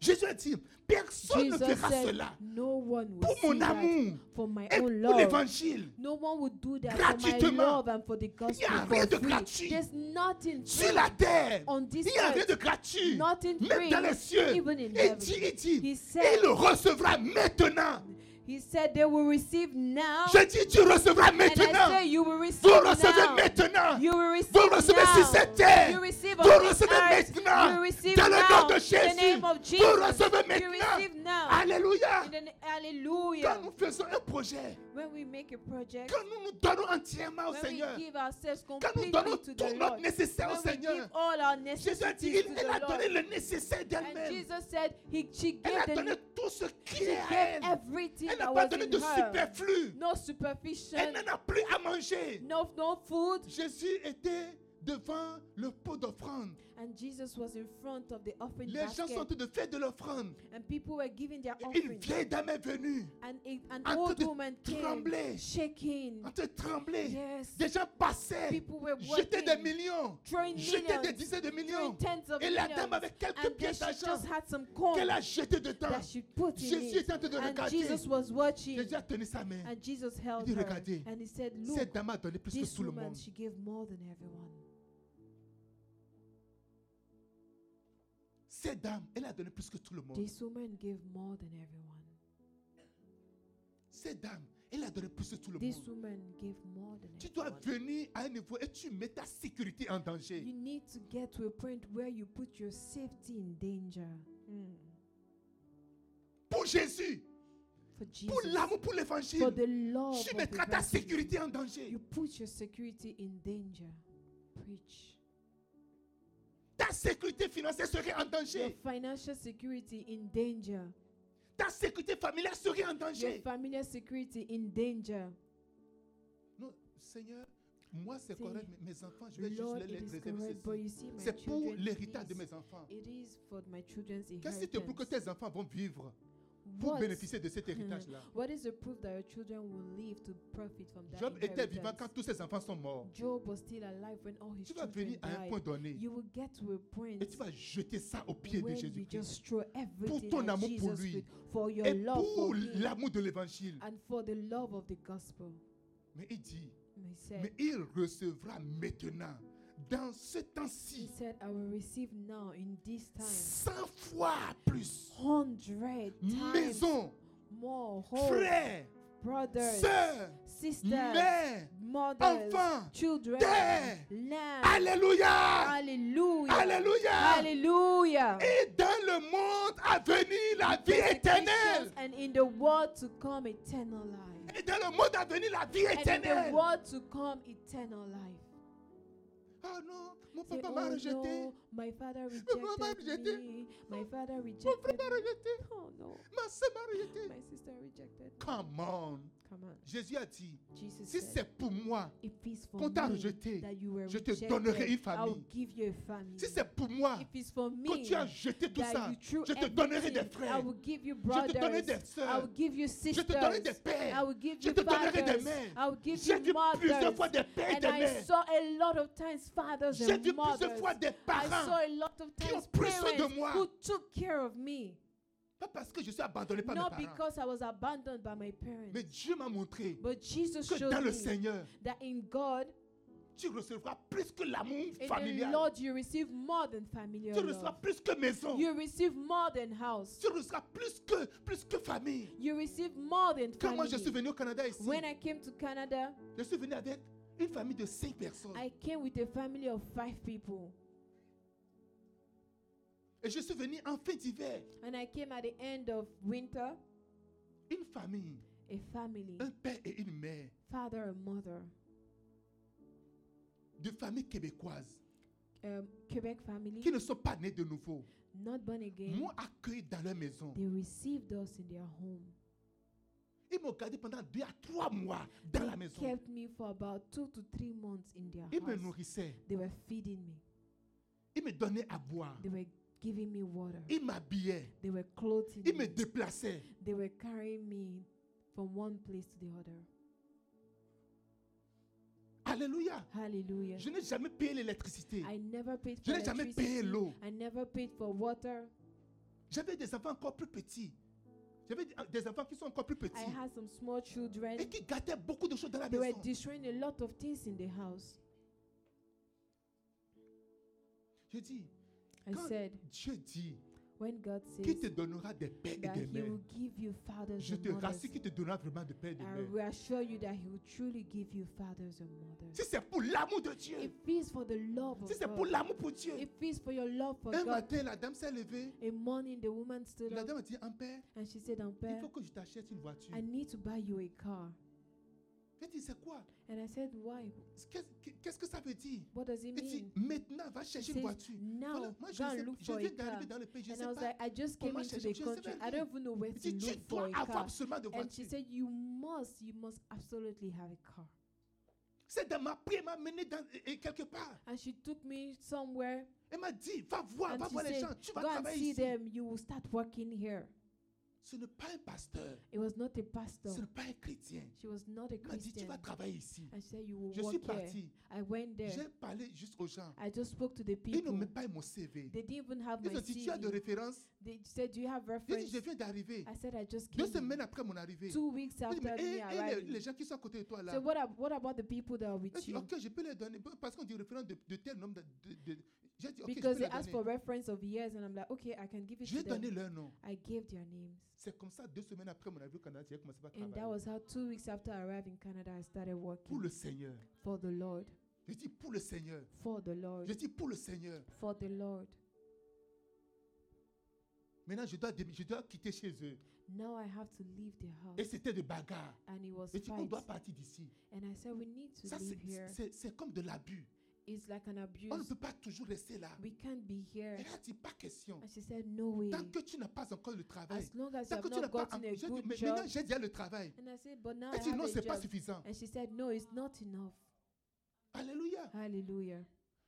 S1: Jésus a dit, personne ne
S3: Jesus
S1: verra
S3: said,
S1: cela
S3: No one will
S1: pour
S3: see
S1: mon
S3: that
S1: amour
S3: for my
S1: et pour
S3: own love.
S1: l'évangile.
S3: No one would do that for my
S1: Gratuitement.
S3: love and for the gospel.
S1: rien de
S3: For free.
S1: gratuit.
S3: There's nothing free
S1: Sur la terre,
S3: on
S1: il
S3: this
S1: n'y a rien
S3: earth.
S1: de gratuit.
S3: Nothing
S1: Même dans les cieux,
S3: free, even in
S1: il dit,
S3: heaven.
S1: il dit,
S3: He
S1: il
S3: said,
S1: le recevra maintenant.
S3: He said they will receive now.
S1: Je dis, tu recevras
S3: Ah. And I
S1: maintenant.
S3: say you will
S1: Vous
S3: receive
S1: recevez
S3: now.
S1: maintenant.
S3: You will receive
S1: Vous recevez
S3: now.
S1: sur cette terre.
S3: You receive
S1: Vous
S3: on this
S1: recevez
S3: earth.
S1: maintenant.
S3: You receive
S1: Dans le
S3: now.
S1: nom de
S3: In the
S1: Jésus.
S3: name of
S1: Vous
S3: Jesus.
S1: recevez
S3: You
S1: maintenant.
S3: receive now.
S1: Alléluia.
S3: In the na-
S1: Quand
S3: hallelujah.
S1: nous faisons un projet,
S3: When we make a project,
S1: quand nous nous donnons entièrement au
S3: when we
S1: Seigneur,
S3: give ourselves
S1: quand nous
S3: completely
S1: donnons
S3: to the
S1: tout
S3: Lord,
S1: notre nécessaire au
S3: when we
S1: Seigneur,
S3: give all our
S1: Jésus a dit,
S3: necessities
S1: il,
S3: to
S1: elle
S3: the
S1: a donné
S3: Lord,
S1: le nécessaire
S3: and
S1: d'elle-même.
S3: Jesus said he she
S1: Elle a
S3: gave
S1: donné
S3: the
S1: tout ce qui
S3: she
S1: est
S3: gave
S1: à elle.
S3: everything
S1: Elle n'a
S3: that
S1: pas
S3: was
S1: donné
S3: in
S1: de
S3: her.
S1: superflu.
S3: No
S1: Elle
S3: superficial,
S1: n'en a plus à manger.
S3: no no food,
S1: Jésus était devant le pot d'offrande.
S3: And Jesus was in front of the offering
S1: Les gens
S3: basket,
S1: sont en train de faire de l'offrande.
S3: and people were giving their
S1: Une
S3: offering.
S1: vieille dame est venue,
S3: And a, an
S1: en train
S3: old
S1: de
S3: woman came,
S1: trembler.
S3: shaking.
S1: en train de trembler.
S3: Yes,
S1: Des gens passaient,
S3: people were
S1: jetaient
S3: working,
S1: des millions,
S3: throwing
S1: jetaient des
S3: millions,
S1: dizaines de
S3: throwing
S1: millions.
S3: tens of
S1: Et la
S3: millions.
S1: dame avec quelques
S3: And then
S1: pièces
S3: she
S1: d'argent
S3: just had some corn
S1: qu'elle a jetées dedans.
S3: that she put in
S1: Jésus
S3: it.
S1: était en train de
S3: And
S1: regarder.
S3: Jesus was watching,
S1: Jésus a tenu sa main.
S3: and Jesus held
S1: dit,
S3: her,
S1: "Regardez,
S3: and he said,
S1: Cette
S3: "Look,
S1: dame a donné plus que
S3: this
S1: tout le
S3: woman,
S1: monde.
S3: she gave more than everyone.
S1: Cette dame, elle a donné plus que tout le monde.
S3: This woman gave more than everyone.
S1: Cette dame, elle a donné plus que tout le
S3: This
S1: monde.
S3: woman gave more than
S1: Tu dois
S3: everyone."
S1: venir à un niveau et tu mets ta sécurité en danger.
S3: You need to get to a point where you put your safety in danger.
S1: Pour Jésus,
S3: For
S1: pour
S3: Jesus.
S1: l'amour, pour
S3: For
S1: l'évangile,
S3: the love
S1: tu
S3: of
S1: mettras ta
S3: evangelism.
S1: sécurité en danger.
S3: You put your security in danger. Preach.
S1: Ta sécurité financière serait en
S3: Your
S1: danger.
S3: financial security in danger.
S1: Ta sécurité familiale serait en
S3: Your
S1: danger.
S3: familial security in danger.
S1: Non, Seigneur, moi c'est
S3: Seigneur,
S1: correct, mais mes enfants, je vais juste
S3: Lord,
S1: les
S3: it is
S1: laisser
S3: correct, but you see, my
S1: C'est pour
S3: children,
S1: l'héritage de
S3: this-
S1: mes enfants.
S3: It is for my children's
S1: Qu'est-ce qui te prouve que
S3: inheritance.
S1: tes enfants vont vivre pour
S3: What,
S1: bénéficier de cet héritage-là
S3: [LAUGHS] what is the proof that your children will live to profit from that
S1: Job était vivant
S3: inheritance?
S1: quand tous ses enfants sont morts.
S3: Job was still alive when all his
S1: Tu vas
S3: children
S1: venir à un
S3: died.
S1: point donné
S3: You will get to a point
S1: et tu vas jeter ça aux pieds de
S3: where you
S1: Jésus-Christ.
S3: just throw everything
S1: ton
S3: at
S1: amour pour
S3: Jesus'
S1: lui.
S3: feet for your
S1: Et
S3: love
S1: pour
S3: for him
S1: l'amour de l'évangile.
S3: and for the love of the gospel.
S1: Mais il dit,
S3: And he said,
S1: mais il recevra maintenant, dans ce
S3: he
S1: temps-ci,
S3: said, I will receive now in this time
S1: 100 fois plus.
S3: hundred times
S1: Maison,
S3: more home,
S1: frère,
S3: brothers,
S1: sœurs,
S5: sisters,
S1: mères,
S3: mothers,
S1: enfants,
S3: children,
S1: terre.
S3: land.
S1: Alléluia.
S3: Hallelujah.
S1: Alléluia.
S3: Hallelujah.
S1: Et dans le monde à venir, la vie
S3: Persecutions
S1: éternelle.
S3: And in the world to come, eternal life.
S1: Et dans le monde à venir, la vie
S3: And in the
S1: éternelle.
S3: world to come, eternal life.
S1: Oh non, mon
S3: Say,
S1: papa m'a
S3: oh
S1: rejeté.
S3: no, my
S1: [LAUGHS]
S3: father
S1: papa m'a
S3: rejected
S1: rejeté.
S3: me. My father
S1: Mon frère m'a
S3: rejected me. [LAUGHS]
S1: rejeté.
S3: Oh no,
S1: Ma soeur m'a rejeté.
S3: my sister rejected me.
S1: Come on.
S3: Come on.
S1: Jésus a dit,
S3: Jesus
S1: si
S3: said,
S1: c'est pour moi,
S3: if it's for
S1: qu'on t'a
S3: me
S1: rejeté,
S3: that you were
S1: je te
S3: rejected,
S1: donnerai une
S3: I'll
S1: famille.
S3: give you a family.
S1: si c'est pour moi,
S3: if it's for me
S1: quand tu as jeté tout
S3: that
S1: ça,
S3: you threw
S1: je te donnerai des
S3: everything, I
S1: frères.
S3: will give you
S1: Je
S3: brothers.
S1: te donnerai des
S3: I will
S1: sœurs.
S3: give you
S1: Je
S3: sisters.
S1: te donnerai des
S3: I
S1: pères.
S3: will give
S1: Je
S3: you
S1: te donnerai des
S3: fathers.
S1: mères.
S3: I will give
S1: J'ai vu
S3: you
S1: plusieurs
S3: mothers.
S1: fois des pères et
S3: And
S1: des
S3: I
S1: mères.
S3: saw a lot of times fathers
S1: J'ai vu
S3: and
S1: plusieurs
S3: mothers.
S1: fois des
S3: I
S1: parents.
S3: saw a lot of
S1: qui ont
S3: times
S1: pris soin de
S3: parents
S1: moi.
S3: who took care of me.
S1: Pas parce que je suis abandonné par
S3: Not
S1: mes parents.
S3: because I was abandoned by
S1: Mais
S3: my parents.
S1: Dieu m'a montré
S3: But Jesus
S1: que dans
S3: showed
S1: le
S3: me
S1: Seigneur,
S3: that in God,
S1: tu recevras plus que l'amour
S3: in the
S1: familial.
S3: Lord, you receive more than familiar
S1: Tu recevras
S3: love.
S1: plus que maison.
S3: You receive more than house.
S1: Tu recevras plus que, plus que famille.
S3: You receive more than
S1: Quand moi je suis
S3: family.
S1: venu au Canada ici,
S3: When I came to Canada,
S1: je suis venu avec une famille de cinq personnes.
S3: I came with a family of five people.
S1: Et je suis venu en fin d'hiver.
S3: And I came at the end of winter,
S1: Une famille,
S3: a family,
S1: un père et une mère,
S3: father and mother,
S1: de familles québécoises
S3: um, Quebec family,
S1: qui ne sont pas nées de nouveau,
S3: not born again.
S1: m'ont accueilli dans leur maison.
S3: They received us in their home.
S1: Ils m'ont gardé pendant deux à trois mois dans la
S3: They
S1: maison.
S3: kept me for about two to three months in their
S1: Ils me
S3: house.
S1: nourrissaient.
S3: They were feeding me.
S1: Ils me donnaient à boire.
S3: They were giving me water.
S1: Ils m'habillaient.
S3: They were clothing
S1: Ils me
S3: me.
S1: déplaçaient.
S3: They were carrying me from one place to the other.
S1: Alléluia.
S3: Hallelujah.
S1: Je n'ai jamais payé l'électricité.
S3: I never paid
S1: Je
S3: for
S1: n'ai jamais payé
S3: electricity.
S1: l'eau.
S3: I never paid for water.
S1: J'avais des enfants encore plus petits. J'avais des- euh, des enfants qui sont encore plus
S3: I
S1: petits
S3: had some small children.
S1: et qui gâtaient beaucoup de choses dans la
S3: They were
S1: maison.
S3: destroying a lot of things in the house.
S1: Je dis,
S3: I
S1: Quand-
S3: said,
S1: Dieu dit
S3: when God
S1: qu'il
S3: says
S1: te donnera des pères et
S3: that
S1: des
S3: He
S1: mères.
S3: will give you fathers
S1: Je
S3: and
S1: te
S3: mothers,
S1: rassure qu'il te donnera vraiment des pères et des
S3: I
S1: mères.
S3: reassure you that He will truly give you fathers and mothers.
S1: Si c'est pour l'amour de
S3: If
S1: Dieu,
S3: it's for the love
S1: si
S3: of
S1: c'est pour
S3: God,
S1: l'amour pour Dieu.
S3: if it's for your love for
S1: Un
S3: God,
S1: matin, la dame s'est levée.
S3: a morning the woman stood
S1: La
S3: up
S1: dame a dit, en père,
S3: and she said,
S1: il
S3: Ampere,
S1: faut que je t'achète une voiture.
S3: I need to buy you a car.
S1: J'ai dit, c'est quoi
S3: And I said, Why?
S1: Qu'est-ce- Qu'est-ce que ça veut dire
S3: What does it
S1: Il dit,
S3: mean?
S1: maintenant, va chercher
S3: says,
S1: une voiture. Voilà,
S3: Now
S1: moi, je,
S3: go
S1: sais-
S3: and look
S1: je
S3: for a
S1: viens
S3: car.
S1: d'arriver dans le pays, je ne
S3: And
S1: sais
S3: I was
S1: pas.
S3: like, I just came
S1: Comment
S3: into
S1: chercher-
S3: the
S1: je sais
S3: country.
S1: pas
S3: I
S1: rien.
S3: don't even know where
S1: Il dit,
S3: to
S1: tu
S3: look for
S1: dois
S3: a
S1: avoir
S3: car.
S1: absolument de
S3: And she
S1: voiture.
S3: said, You must, you must absolutely have a car.
S1: C'est dans ma prière, elle m'a amené dans, et- et quelque part.
S3: And she took me somewhere.
S1: Elle m'a dit, va voir,
S3: And
S1: va
S3: she
S1: voir les
S3: said,
S1: gens, tu vas
S3: Go and
S1: travailler
S3: see
S1: ici.
S3: them, you will start working here.
S1: Ce n'est pas un pasteur,
S3: It was not a
S1: ce
S3: pastor.
S1: n'est pas un chrétien.
S3: She was not a
S1: Elle m'a dit, tu
S3: Christian.
S1: vas travailler ici.
S3: And she said, You will
S1: Je suis
S3: work here.
S1: parti.
S3: I went there.
S1: J'ai parlé juste aux gens.
S3: I just spoke to the
S1: Ils n'ont
S3: people.
S1: même pas eu mon CV.
S3: They didn't even have my
S1: Ils ont dit, tu as de
S3: CV.
S1: référence.
S3: They said, Do you have
S1: J'ai dit,
S3: reference?
S1: je viens d'arriver.
S3: I said, I just
S1: Deux
S3: came.
S1: semaines après mon arrivée.
S3: Two weeks
S1: J'ai dit,
S3: after
S1: mais,
S3: me
S1: eh, eh, les, les
S3: arriving.
S1: gens qui sont à côté de toi là.
S3: So what, ab- what about the people that are
S1: J'ai
S3: with
S1: dit,
S3: you?
S1: ok, je peux les donner. Bon, Parce qu'on dit référence de, de tel nombre de. de- de- J'ai
S3: [LAUGHS]
S1: dit, ok,
S3: Because
S1: je
S3: they
S1: peux
S3: asked
S1: les
S3: for
S1: donner.
S3: reference of years, and I'm like, okay, I can give it
S1: J'ai
S3: to
S1: donné
S3: them.
S1: leur nom.
S3: I gave their names.
S1: C'est comme ça, deux semaines après mon arrivée au Canada, j'ai commencé à
S3: And that
S1: travailler.
S3: was how two weeks after I arrived in Canada, I started
S1: Pour le
S3: working
S1: Seigneur.
S3: for the Lord,
S1: J'ai dit, pour le Seigneur.
S3: for the Lord,
S1: J'ai dit, pour le Seigneur.
S3: for the Lord.
S1: Maintenant, je dois, dé- je dois quitter chez eux.
S3: Now I have to leave the
S1: Et
S3: house.
S1: c'était de bagarre.
S3: And it was
S1: J'ai dit, on doit
S3: fight.
S1: partir d'ici.
S3: And I said, we need to
S1: Ça, c'est-
S3: leave here.
S1: c'est c'est comme de l'abus.
S3: It's like an
S1: On ne
S3: abuse.
S1: peut pas toujours rester là.
S3: We can't be here.
S1: Elle a dit, pas question.
S3: And she said, no way.
S1: Tant que tu n'as pas encore le travail.
S3: As long as you
S1: Tant que
S3: have
S1: tu n'as
S3: not
S1: pas.
S3: gotten
S1: en-
S3: a
S1: j'ai dit,
S3: good
S1: mais
S3: job.
S1: maintenant, j'ai déjà le travail.
S3: And I said, but now I
S1: Elle dit,
S3: have
S1: non,
S3: a
S1: c'est pas
S3: job.
S1: suffisant.
S3: And she said, no, it's not enough.
S1: Alléluia.
S3: Hallelujah.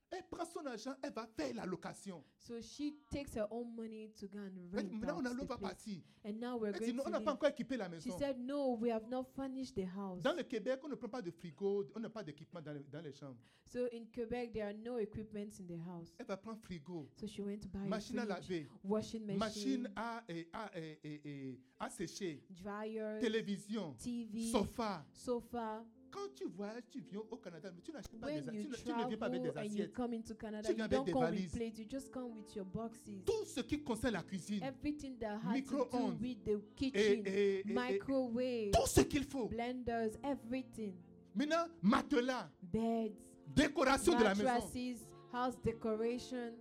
S1: Elle prend son argent, elle va faire la location.
S3: So she takes her own money to go and
S1: Elle
S3: rent
S1: dit, maintenant,
S3: out
S1: on a l'eau,
S3: the
S1: va
S3: place.
S1: partir.
S3: And now we're
S1: Elle dit,
S3: going
S1: non, on
S3: to
S1: n'a pas
S3: leave.
S1: encore équipé la
S3: She
S1: maison.
S3: said, no, we have not furnished the house.
S1: Dans le Québec, on ne prend pas de frigo, on n'a pas d'équipement dans, les- dans les chambres.
S3: So in Québec, there are no equipment in the house.
S1: Elle va prendre frigo,
S3: So she went to buy
S1: machine à
S3: a Ah, fridge,
S1: laver,
S3: washing machine,
S1: machine à, et, à, et- et- et- à sécher,
S3: dryer,
S1: télévision,
S3: TV,
S1: sofa.
S3: sofa.
S1: quand tu voyages, tu viens au Canada, mais tu n'achètes pas des
S3: When
S1: assiettes.
S3: you
S1: Tu, ne- tu ne viens pas avec
S3: travel
S1: des
S3: and you
S1: assiettes.
S3: come into Canada,
S1: Tu viens
S3: you
S1: avec
S3: don't
S1: des
S3: come
S1: valises.
S3: with plates. You just come with your boxes.
S1: Tout ce qui concerne la cuisine
S3: Everything that has to do
S1: Micro-ondes.
S3: with the
S1: et,
S3: kitchen,
S1: et- et- et-
S3: microwave,
S1: eh, tout ce qu'il faut.
S3: blenders, everything,
S1: Maintenant, matelas,
S3: beds,
S1: décoration de la maison.
S3: mattresses, house decoration.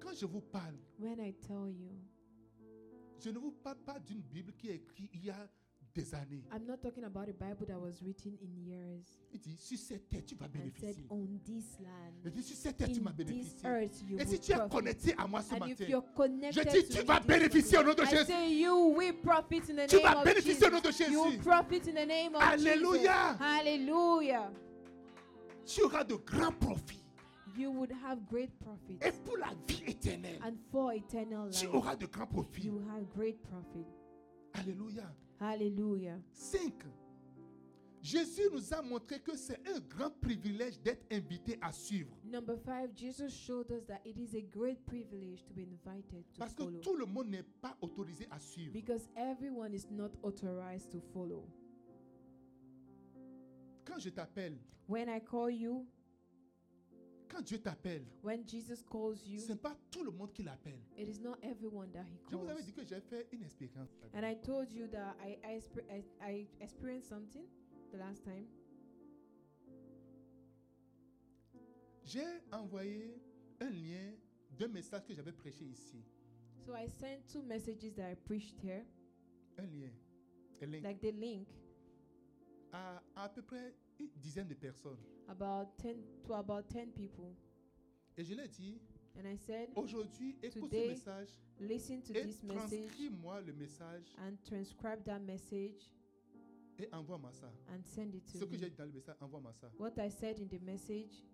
S1: Quand je vous parle,
S3: When I tell you,
S1: je ne vous parle pas d'une Bible qui est écrite il y a des années.
S3: I'm not talking about a Bible that was written in years.
S1: Il dit, sur cette terre, tu vas
S3: And said,
S1: bénéficier.
S3: on this
S1: Il
S3: land,
S1: dit, sur cette terre, tu
S3: in
S1: m'as
S3: this
S1: bénéficié.
S3: earth, you
S1: Et si
S3: will
S1: tu es
S3: profit.
S1: connecté à moi ce
S3: And if
S1: matin,
S3: you're connected
S1: dis,
S3: to
S1: tu
S3: me
S1: vas
S3: this
S1: bénéficier au nom de
S3: morning, I
S1: Jésus.
S3: say you will profit in the
S1: tu
S3: name
S1: vas
S3: of
S1: bénéficier au nom
S3: Jesus.
S1: de
S3: You will
S1: Jésus.
S3: profit in the name of
S1: Alléluia.
S3: Jesus. Hallelujah.
S1: Tu auras de grands profits.
S3: You would have great
S1: Et
S3: profit.
S1: pour la vie éternelle,
S3: And for eternal
S1: tu
S3: life,
S1: auras de grands profits.
S3: you will have great profit.
S1: Alléluia.
S3: Hallelujah.
S1: 5. Jésus nous a montré que c'est un grand privilège d'être invité à suivre.
S3: Number five, Jesus showed us that it is a great privilege to be invited to
S1: Parce que
S3: follow.
S1: tout le monde n'est pas autorisé à suivre.
S3: Because everyone is not authorized to follow.
S1: Quand je t'appelle,
S3: When I call you,
S1: quand Dieu t'appelle,
S3: when Jesus calls you,
S1: ce n'est pas tout le monde qui l'appelle.
S3: it is not everyone that he
S1: Je vous
S3: calls.
S1: avais dit que j'ai fait une expérience.
S3: And I told you that I, I, exper- I, I experienced something the last time.
S1: J'ai envoyé un lien d'un message que j'avais prêché ici.
S3: So I sent two messages that I preached here,
S1: Un lien. Un lien
S3: like the link,
S1: à à peu près une dizaine de personnes.
S3: about 10 to about 10 people.
S1: Et je leur ai dit,
S3: And I said,
S1: Oh, aujourd'hui, écoute
S3: Today,
S1: ce message
S3: listen to
S1: et
S3: this message
S1: transcris-moi le message
S3: and transcribe that message
S1: et envoie-moi ça.
S3: and send it
S1: Ce
S3: to
S1: que j'ai
S3: me.
S1: dit dans le message, envoie-moi ça.
S3: What I said in the message,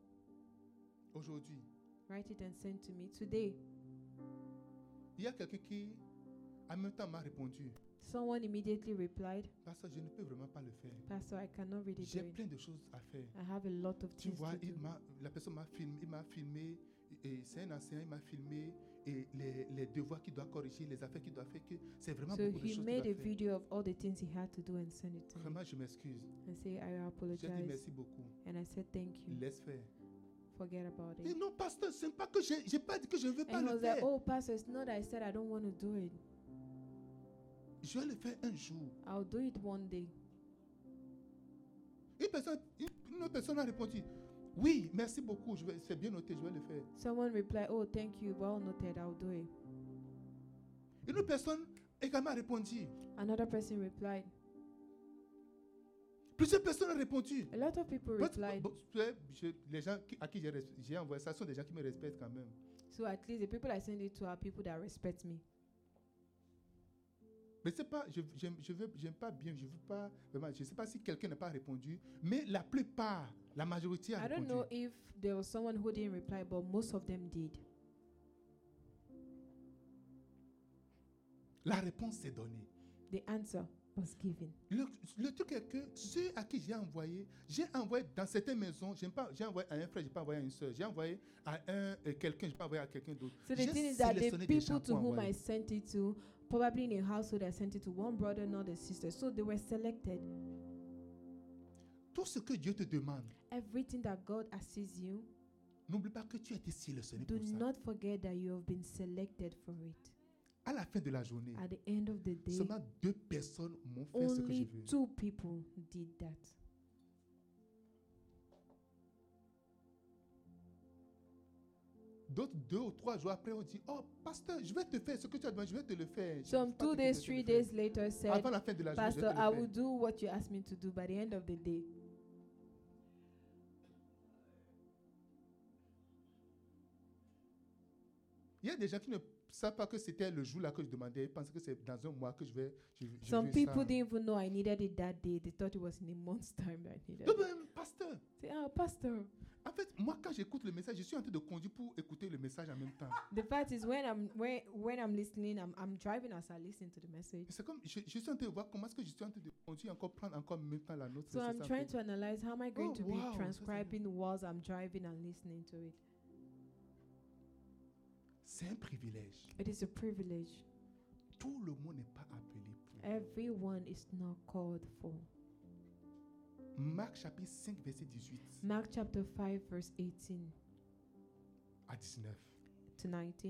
S1: Aujourd'hui,
S3: write it and send to me. Today,
S1: il y a quelqu'un qui, en même temps, m'a répondu.
S3: someone immediately replied,
S1: Parce que je ne peux vraiment pas le faire.
S3: Pastor, I cannot read it.
S1: J'ai
S3: right.
S1: plein de choses à faire.
S3: I have a lot of
S1: Tu
S3: things
S1: vois,
S3: to
S1: il
S3: do.
S1: m'a- la personne m'a filmé, il m'a filmé, et c'est un ancien, il m'a filmé, et les, les devoirs qu'il doit corriger, les affaires qu'il doit faire, que c'est vraiment
S3: So
S1: beaucoup de
S3: he
S1: choses
S3: made a
S1: qu'il doit faire.
S3: video of all the things he had to do and sent it to me.
S1: Vraiment, je m'excuse.
S3: I say,
S1: J'ai
S3: I
S1: dit
S3: apologize.
S1: merci beaucoup.
S3: And I said, thank you.
S1: Laisse faire.
S3: Forget about
S1: Et
S3: it.
S1: non, pasteur, ce n'est pas que j'ai j'ai pas dit que je ne veux pas
S3: And he
S1: le
S3: was like,
S1: faire.
S3: oh, Pastor, it's not that I said I don't want to do it.
S1: Je vais le faire un jour.
S3: I'll do it one day.
S1: Une, personne, une, une autre personne a répondu Oui, merci beaucoup, je vais- c'est bien noté, je vais le faire.
S3: Someone replied, oh, thank you. Well noted. I'll do it.
S1: Une autre personne également a répondu
S3: Another person replied.
S1: Plusieurs personnes ont répondu.
S3: A lot of people
S1: Parce-
S3: replied.
S1: bon, je- je- les gens qui- à qui j'ai res- j'ai envoyé ça sont des gens qui me respectent quand même.
S3: So at least the people I send it to are people that respect me.
S1: Mais c'est pas, je j'aime je veux- j'aime pas bien, je veux pas vraiment, je sais pas si quelqu'un n'a pas répondu, mais la plupart, la majorité a
S3: I don't
S1: répondu.
S3: know if there was someone who didn't reply, but most of them did.
S1: La réponse est donnée.
S3: The answer was given.
S1: Le, le truc est que ceux à qui j'ai envoyé, j'ai envoyé dans certaines maisons, j'ai pas, j'ai envoyé à un frère, j'ai pas envoyé à une soeur, j'ai envoyé à un euh, quelqu'un, j'ai pas envoyé à quelqu'un d'autre.
S3: So the
S1: J'ai
S3: thing is that the
S1: sélectionné des gens
S3: people to
S1: pour
S3: whom
S1: envoyer.
S3: I sent it to, probably in a household, I sent it to one brother, not a sister. So they were selected.
S1: Tout ce que Dieu te demande,
S3: Everything that God asks you,
S1: n'oublie pas que tu as été sélectionné
S3: do
S1: pour ça.
S3: not forget that you have been selected for it.
S1: À la fin de la journée,
S3: At the end of the day,
S1: seulement deux personnes m'ont fait ce que je
S3: only
S1: veux.
S3: two people did that.
S1: D'autres deux ou trois jours après, on dit Oh, pasteur, je vais te faire ce que tu as demandé, je vais te le faire. Je
S3: Some
S1: sais pas
S3: two
S1: ce que je vais
S3: days,
S1: te
S3: three
S1: le faire.
S3: days later said,
S1: Avant la fin de la journée, je vais
S3: Pastor,
S1: te le
S3: I
S1: faire.
S3: will do what you asked me to do by the end of the day.
S1: Il y a des gens qui ne savent pas que c'était le jour là que je demandais. Ils pensent que c'est dans un mois que je vais. Je, je
S3: Some
S1: veux
S3: people
S1: ça.
S3: didn't even know I needed it that day. They thought it was in a month's [LAUGHS] time that I needed
S1: Non,
S3: it.
S1: mais, pasteur,
S3: Say, ah, Pastor.
S1: en fait, moi, quand j'écoute le message, je suis en train de conduire pour écouter le message en même
S3: [LAUGHS]
S1: temps.
S3: The fact is, when I'm when, when I'm listening, I'm, I'm driving as I listen to the message.
S1: C'est comme, je, je suis en train de voir comment est-ce que je suis en train de conduire, encore prendre encore en même temps la note.
S3: So
S1: c'est
S3: I'm
S1: ça, en
S3: trying
S1: fait.
S3: to analyze how am I going
S1: Oh,
S3: to
S1: wow,
S3: be transcribing whilst I'm driving and listening to it.
S1: C'est un privilège.
S3: It is a privilege.
S1: Tout le monde n'est pas appelé pour.
S3: Everyone is not called for. Eh.
S1: Marc chapitre 5, verset 18
S3: Mark chapter 5, verse 18
S1: à 19.
S3: to 19.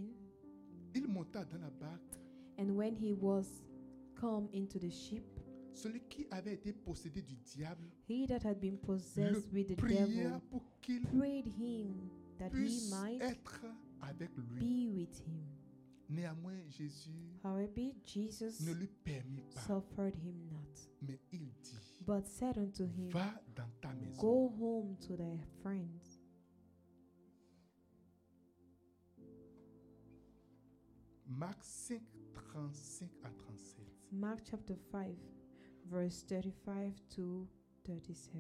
S1: Il monta dans la barque.
S3: And when he was come into the ship,
S1: Celui qui avait été possédé du diable
S3: he that had been possessed with the
S1: pria
S3: devil
S1: pour qu'il
S3: prayed him that he
S1: puisse
S3: might
S1: être avec lui.
S3: be with him.
S1: Néanmoins, Jésus
S3: However, Jesus
S1: ne lui permit pas,
S3: suffered him not,
S1: mais il dit,
S3: but said unto him,
S1: va dans ta maison.
S3: Go home to thy friends.
S1: Marc 5, 35 à 37.
S3: Mark chapter 5, verse 35 to 37.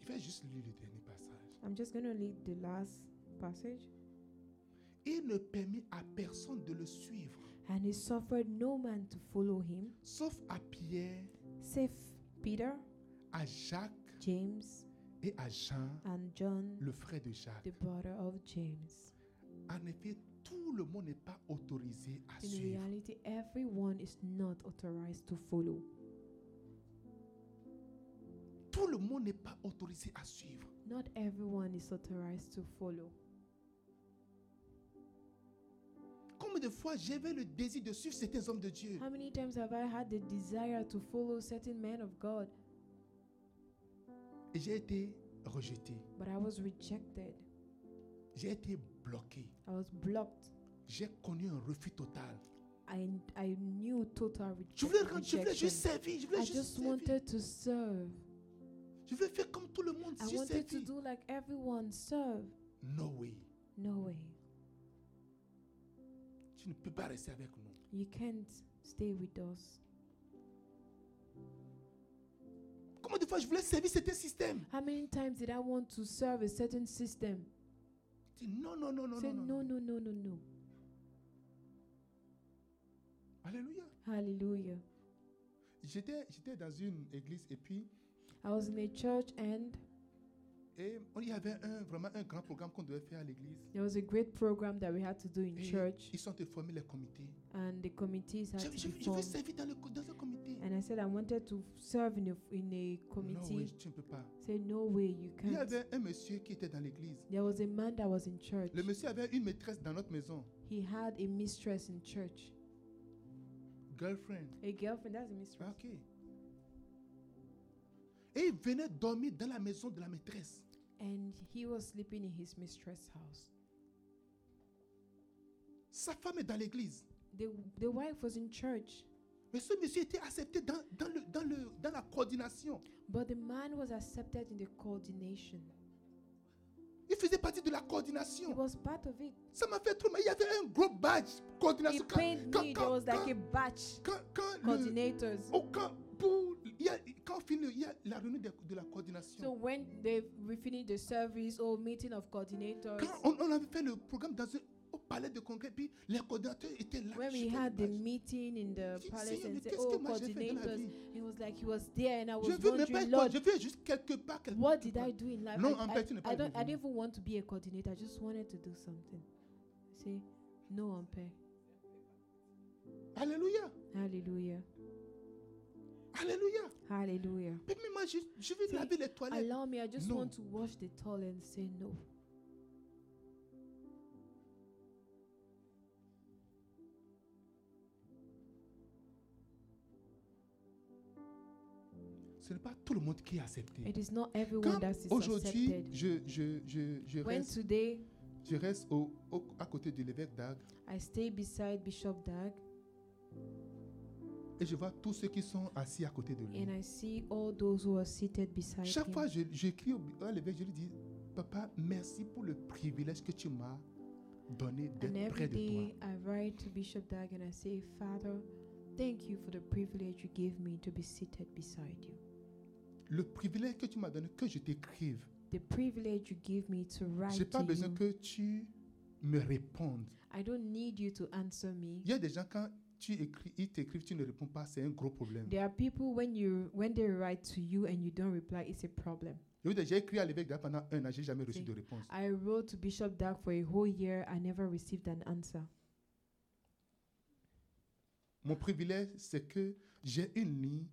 S1: Il va juste lire le dernier passage.
S3: I'm just going to read the last passage.
S1: Il ne permit à personne de le suivre,
S3: And he suffered no man to follow him,
S1: sauf à Pierre,
S3: save Peter,
S1: à Jacques
S3: James,
S1: et à Jean,
S3: and John,
S1: le frère de Jacques.
S3: the brother of James.
S1: En effet, tout le monde n'est pas autorisé à
S3: In
S1: suivre.
S3: reality, everyone is not authorized to follow.
S1: Tout le monde n'est pas autorisé à suivre.
S3: Not everyone is authorized to follow.
S1: Combien de fois j'avais le désir de suivre certains hommes de Dieu,
S3: How many times have I had the desire to follow certain men of God,
S1: et j'ai été rejeté,
S3: but I was rejected?
S1: j'ai été bloqué,
S3: I was blocked.
S1: j'ai connu un refus total.
S3: I, I knew total reje-
S1: Je voulais, rendre- je voulais
S3: rejection.
S1: juste servir, je voulais
S3: I
S1: juste
S3: just
S1: servir.
S3: wanted to serve.
S1: Je voulais faire comme tout le monde,
S3: I
S1: juste
S3: wanted to
S1: servir.
S3: do like everyone serve.
S1: No way,
S3: No way.
S1: tu ne peux pas rester avec nous.
S3: You can't stay with us.
S1: Combien de fois je voulais servir certains systèmes
S3: How many times did I want to serve a certain system?
S1: Je dis, Non, non, non, non,
S3: Say
S1: non, non.
S3: no, no, no, no, no.
S1: Alléluia.
S3: Hallelujah.
S1: J'étais j'étais dans une église et puis
S3: I was in a church and
S1: et il y avait un, vraiment un grand programme qu'on devait faire à l'église.
S3: there was a great program that we had to do in
S1: Et
S3: church,
S1: Ils sont formés les comités.
S3: and the committees had
S1: Je,
S3: to
S1: je,
S3: be
S1: je veux
S3: formed.
S1: servir dans le, co- dans le comité.
S3: And I said I wanted to serve in a,
S1: Non,
S3: in a
S1: oui,
S3: committee.
S1: tu ne peux pas.
S3: Say no way, you
S1: Il y
S3: can't.
S1: avait un monsieur qui était dans l'église.
S3: There was a man that was in church.
S1: Le monsieur avait une maîtresse dans notre maison.
S3: He had a mistress in church.
S1: Girlfriend.
S3: A girlfriend, that's a mistress.
S1: Ah, ok. Et il venait dormir dans la maison de la maîtresse.
S3: And he was sleeping in his mistress' house.
S1: Sa femme est dans l'église.
S3: The, the wife was in church,
S1: Mais ce monsieur était accepté dans, dans, le, dans, le, dans la coordination.
S3: but the man was accepted in the coordination.
S1: Il faisait partie de la
S3: He
S1: coordination.
S3: was part of it.
S1: Ça m'a fait trop mal. Il y avait un gros badge.
S3: He
S1: Coordination.
S3: paid me. There was like a batch
S1: quand- quand le-
S3: coordinators.
S1: au- quand- pour- il y a- quand on finit, il y a la réunion de, de la coordination.
S3: So when they we finished the service or meeting of coordinators,
S1: Quand on, on avait fait le programme dans un- au palais de congrès, puis les coordinateurs étaient là.
S3: when
S1: je fais
S3: we
S1: le
S3: had the
S1: badge.
S3: meeting in the
S1: Je dis,
S3: palace
S1: Seigneur, mais
S3: and said,
S1: qu'est-ce que
S3: "Oh,
S1: moi j'ai fait dans la
S3: coordinators,"
S1: vie
S3: it was like he was there and I
S1: Je
S3: was
S1: veux même pas
S3: wondering,
S1: être quoi,
S3: Lord,
S1: je veux juste quelque part. quelque
S3: what
S1: part.
S3: did I do in life?
S1: Non,
S3: I,
S1: en
S3: I-
S1: fait, tu n'es pas
S3: I don't. I
S1: devenu.
S3: didn't even want to be a coordinator. I just wanted to do something. See, no unpair.
S1: Alléluia,
S3: Hallelujah.
S1: alléluia.
S3: Hallelujah.
S1: Permets-moi, je, je vais
S3: See,
S1: laver les toilettes.
S3: Allow me. I just
S1: No.
S3: want to wash the towel and say no.
S1: Ce n'est pas tout le monde qui est accepté.
S3: It is not everyone
S1: Quand
S3: that is
S1: aujourd'hui,
S3: accepted.
S1: je, je, je, je
S3: When
S1: reste,
S3: today
S1: je reste au, au- à côté de l'évêque d'Ag
S3: I stay beside Bishop Dag
S1: et je vois tous ceux qui sont assis à côté de lui.
S3: and I see all those who are seated beside
S1: Mm. Chaque
S3: him.
S1: fois, je- j'écris au- à l'évêque, je lui dis, papa, merci pour le privilège que tu m'as donné
S3: and
S1: d'être
S3: every
S1: près de toi.
S3: day I write to Bishop Dag and I say, Father, thank you for the privilege you gave me to be seated beside you.
S1: Le privilège que tu m'as donné, que je t'écrive.
S3: The privilege you give me to write
S1: J'ai pas
S3: to
S1: besoin
S3: you.
S1: que tu me répondes.
S3: I don't need you to answer me.
S1: Il y a des gens, quand tu écris, ils t'écrivent, tu ne réponds pas, c'est un gros problème.
S3: There are people when you when they write to you and you don't reply, it's a problem.
S1: Je veux dire, J'ai écrit à l'évêque d'Ag pendant un an, j'ai jamais reçu
S3: Si.
S1: de réponse.
S3: I wrote to Bishop Dag for a whole year. I never received an answer.
S1: Mon privilège, c'est que j'ai une ligne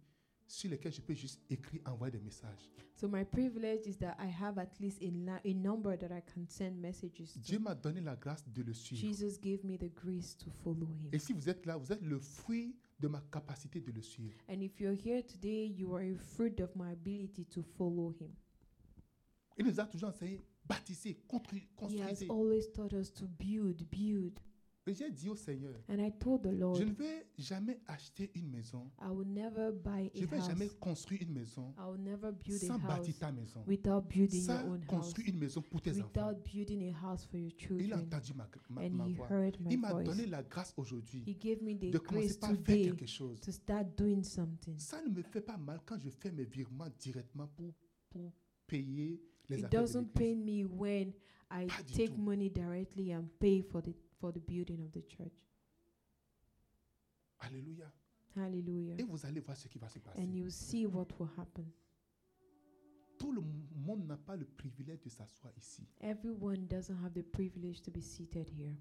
S1: sur lesquels je peux juste écrire, envoyer des messages.
S3: So my privilege is that I have at least a, na- a number that I can send messages to.
S1: Dieu m'a donné la grâce de le suivre.
S3: Jesus gave me the grace to follow
S1: Et
S3: him.
S1: si vous êtes là, vous êtes le fruit de ma capacité de le suivre.
S3: And if you're here today, you are a fruit of my ability to follow him.
S1: Il nous a toujours enseigné, bâtissez, constru-
S3: He has
S1: construisez.
S3: always taught us to build, build.
S1: Et j'ai dit au Seigneur,
S3: And I told the
S1: je ne
S3: Lord,
S1: vais jamais acheter une maison.
S3: I will never buy
S1: Je ne
S3: a
S1: vais
S3: house.
S1: jamais construire une maison
S3: I will never build
S1: sans
S3: a house
S1: bâtir ta maison.
S3: without building your
S1: Sans
S3: own house.
S1: construire une maison pour tes enfants.
S3: Without building a house for your
S1: Il a
S3: children.
S1: entendu ma, ma-
S3: And
S1: ma
S3: he
S1: voix.
S3: heard my
S1: Il m'a
S3: voice.
S1: donné la grâce
S3: He
S1: aujourd'hui
S3: gave me the
S1: de
S3: grace
S1: commencer par faire
S3: today
S1: quelque chose.
S3: to start doing something.
S1: Ça ne me fait pas mal quand je fais mes virements directement pour, pour payer les
S3: It
S1: affaires de
S3: doesn't
S1: l'église.
S3: pain me when I
S1: Pas du
S3: take
S1: tout.
S3: money directly and pay for the for the building of the church.
S1: Alléluia.
S3: Hallelujah.
S1: Et vous allez voir ce qui va se passer.
S3: And you see what will happen.
S1: Tout le monde n'a pas le privilège de s'asseoir ici.
S3: Everyone doesn't have the privilege to be seated here.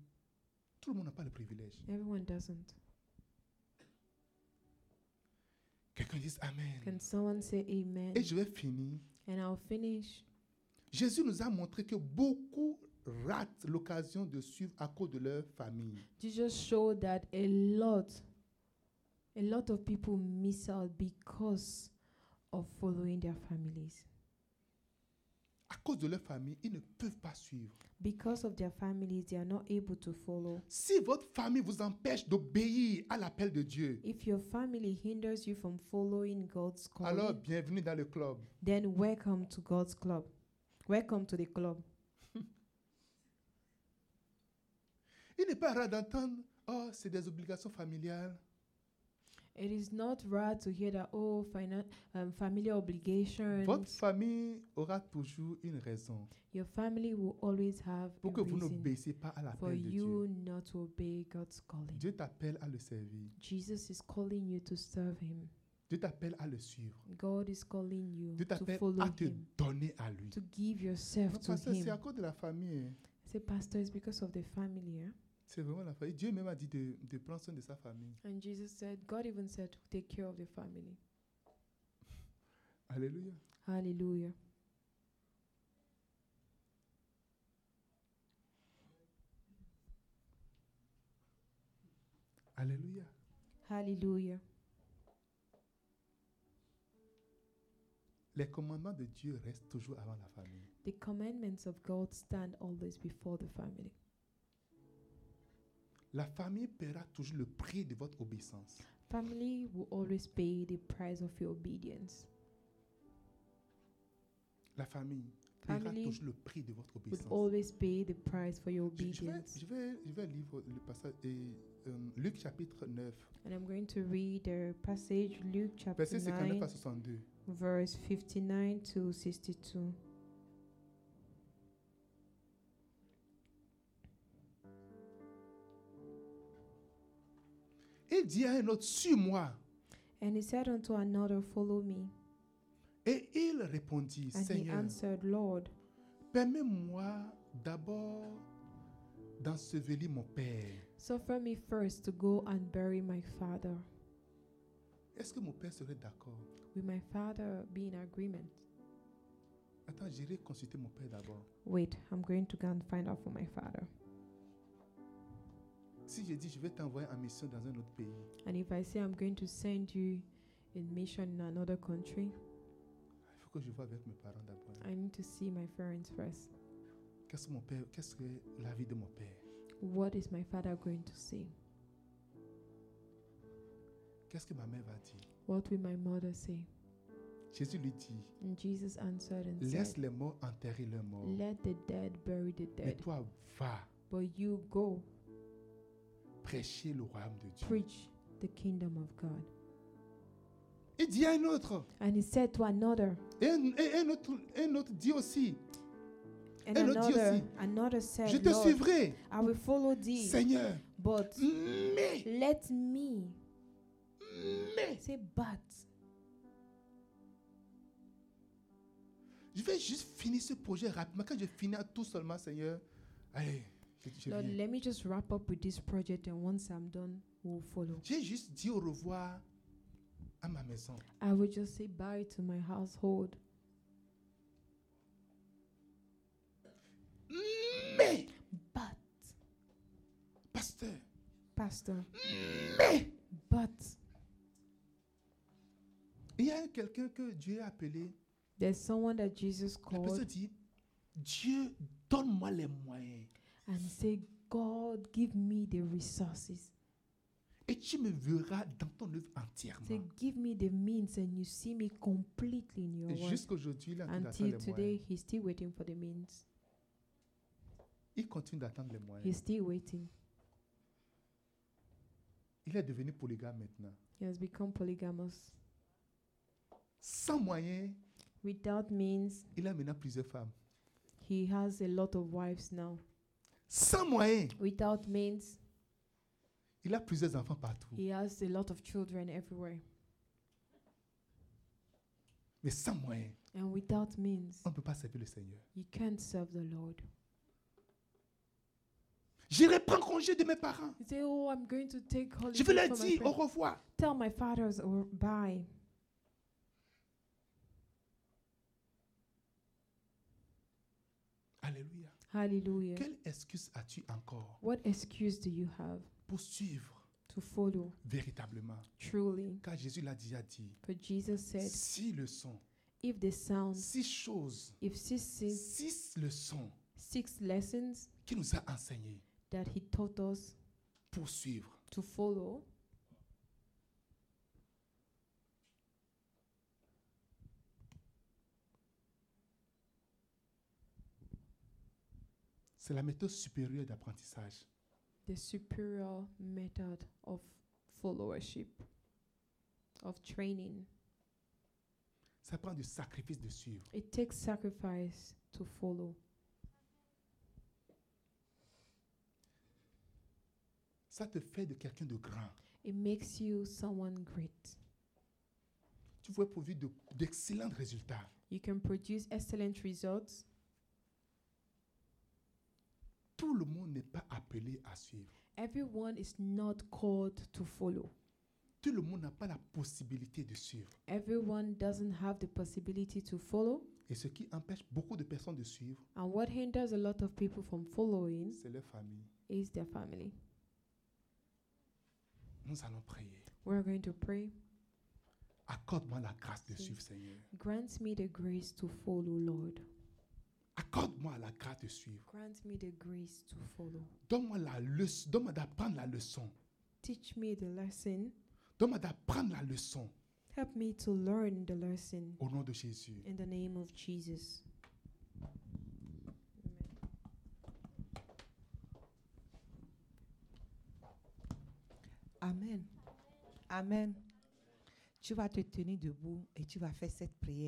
S1: Tout le monde n'a pas le privilège.
S3: Everyone doesn't.
S1: Quelqu'un dise Amen.
S3: Can someone say amen?
S1: Et je vais finir.
S3: And I'll finish.
S1: Jésus nous a montré que beaucoup ratent l'occasion de suivre à cause de leur famille.
S3: Jesus showed that a lot, a lot of people miss out because of following their families.
S1: À cause de leur famille, ils ne peuvent pas suivre.
S3: Because of their families, they are not able to follow.
S1: Si votre famille vous empêche d'obéir à l'appel de Dieu,
S3: If your family hinders you from following God's call,
S1: alors bienvenue dans le club.
S3: then welcome to God's club. Welcome to the club.
S1: Il n'est pas rare d'entendre Oh, c'est des obligations familiales.
S3: It is not right to hear that oh, finan- um, family obligations.
S1: Votre famille aura toujours une raison
S3: Your family will always have
S1: pour que
S3: a
S1: vous
S3: reason
S1: n'obéissiez pas à
S3: for
S1: l'appel de Dieu.
S3: you not to obey God's calling.
S1: Dieu t'appelle à le servir.
S3: Jesus is calling you to serve Him.
S1: Dieu t'appelle à le suivre.
S3: God is calling you
S1: Dieu
S3: to
S1: t'appelle
S3: follow
S1: à te
S3: Him,
S1: donner à lui.
S3: to give yourself to
S1: Parce que c'est à
S3: Him.
S1: cause de la famille. hein.
S3: Say, Pastor, it's because of the family. eh?"
S1: C'est vraiment la famille. Dieu même a dit de, de prendre soin de sa famille.
S3: And Jesus said, God even said to take care of the family.
S1: Alléluia.
S3: Hallelujah.
S1: Alléluia.
S3: Hallelujah.
S1: Les commandements de Dieu restent toujours avant la famille.
S3: The commandments of God stand always before the family.
S1: La famille paiera toujours le prix de votre obéissance.
S3: Family will always pay the price of your obedience.
S1: La famille paiera
S3: Family
S1: toujours le prix de votre
S3: Would
S1: obéissance.
S3: always pay the price for your
S1: Je, je vais,
S3: obedience.
S1: je, vais, je vais lire le passage. Et, euh, Luc chapitre 9,
S3: And I'm going to read the passage Luke chapter
S1: versets 59
S3: 9,
S1: à 62.
S3: verse 59 to 62.
S1: Il dit à un autre, suis-moi.
S3: And he said unto another, Follow me.
S1: Et il répondit,
S3: And he
S1: Seigneur,
S3: answered, Lord,
S1: permets-moi d'abord d'ensevelir mon père.
S3: suffer me first to go and bury my father.
S1: Est-ce que mon père serait d'accord
S3: Will my father be in agreement?
S1: Attends, j'irai consulter mon père d'abord.
S3: Wait, I'm going to go and find out for my father.
S1: Si je dis, je vais t'envoyer en mission dans un autre pays,
S3: And if I say I'm going to send you in mission in another country,
S1: il faut que je vois avec mes parents d'abord.
S3: I need to see my parents first.
S1: Qu'est-ce que mon père, qu'est-ce que l'avis de mon père
S3: What is my father going to say?
S1: Qu'est-ce que ma mère va dire
S3: What will my mother say?
S1: Jésus lui dit,
S3: And Jesus answered and
S1: laisse
S3: said,
S1: les morts enterrer leurs morts.
S3: Let the dead bury the
S1: Mais
S3: dead,
S1: toi, va
S3: but you go
S1: prêcher le royaume de Dieu.
S3: preach the kingdom of God.
S1: Il dit à un autre,
S3: And he said to another,
S1: et un, et un autre, un autre dit aussi,
S3: and
S1: Et l'autre dit
S3: another,
S1: aussi,
S3: another
S1: je
S3: said,
S1: te
S3: Lord,
S1: suivrai,
S3: I will follow thee,
S1: Seigneur,
S3: but
S1: mais,
S3: let me
S1: mais,
S3: say, but
S1: je vais juste finir ce projet rapidement. Quand je finis tout seulement, Seigneur, allez, je, je
S3: Lord,
S1: viens.
S3: let me just wrap up with this project, and once I'm done, we'll follow.
S1: J'ai juste dit au revoir à ma maison.
S3: I would just say bye to my household.
S1: Mais,
S3: But,
S1: pasteur,
S3: Pastor,
S1: mais,
S3: but
S1: il y a quelqu'un que Dieu a appelé.
S3: there's someone that Jesus
S1: La personne
S3: called
S1: dit, Dieu, donne-moi les moyens.
S3: and say, God, give me the resources.
S1: Et tu me verras dans ton œuvre entièrement.
S3: Say, give me the means, and you see me completely in your
S1: Et
S3: work.
S1: Jusqu'aujourd'hui, il est en train d'attendre
S3: Until
S1: les moyens.
S3: today, he's still waiting for the means.
S1: Il continue d'attendre les moyens.
S3: He's still waiting.
S1: Il est devenu polygame maintenant.
S3: He has become polygamous.
S1: Sans moyens,
S3: Without means,
S1: il a maintenant plusieurs femmes.
S3: he has a lot of wives now.
S1: Sans moyens,
S3: Without means,
S1: il a plusieurs enfants partout.
S3: he has a lot of children everywhere.
S1: Mais sans moyens,
S3: And without means,
S1: on ne peut pas servir le Seigneur.
S3: you can't serve the Lord.
S1: J'irai prendre congé de mes parents.
S3: You say, "Oh, I'm going to take holiday."
S1: Je vais leur
S3: from my
S1: dire au
S3: friend."
S1: revoir.
S3: Tell my fathers or bye.
S1: Alléluia.
S3: Hallelujah.
S1: Quelle excuse as-tu encore
S3: What excuse do you have
S1: pour suivre
S3: to follow
S1: véritablement
S3: truly?
S1: Car Jésus l'a déjà dit.
S3: For Jesus said,
S1: Six leçons,
S3: "If the sound,
S1: six choses,
S3: if she sees
S1: six leçons
S3: six lessons
S1: qu'il nous a enseignées
S3: that he taught us
S1: pour suivre.
S3: to follow,
S1: C'est la méthode supérieure d'apprentissage.
S3: the superior method of followership, of training.
S1: Ça prend du sacrifice de suivre.
S3: It takes sacrifice to follow.
S1: Ça te fait de quelqu'un de grand.
S3: It makes you someone great.
S1: Tu pourrais produire de- d'excellents résultats.
S3: You can produce excellent results.
S1: Tout le monde n'est pas appelé à suivre.
S3: Everyone is not called to follow.
S1: Tout le monde n'a pas la possibilité de suivre.
S3: Everyone doesn't have the possibility to follow.
S1: Et ce qui empêche beaucoup de personnes de suivre,
S3: And what hinders a lot of people from following
S1: c'est leur famille.
S3: is their family.
S1: Nous allons prier.
S3: We're going to pray.
S1: Accorde-moi la grâce de
S3: Si.
S1: suivre, Seigneur.
S3: Grant me the grace to follow, Lord.
S1: Accorde-moi la grâce de suivre.
S3: Grant me the grace to follow.
S1: Donne-moi la leçon. Donne-moi d'apprendre la leçon.
S3: Teach me the lesson.
S1: Donne-moi d'apprendre la leçon
S3: Help me to learn the lesson
S1: au nom de Jésus.
S3: in the name of Jesus.
S6: Amen. Amen. Tu vas te tenir debout et tu vas faire cette prière.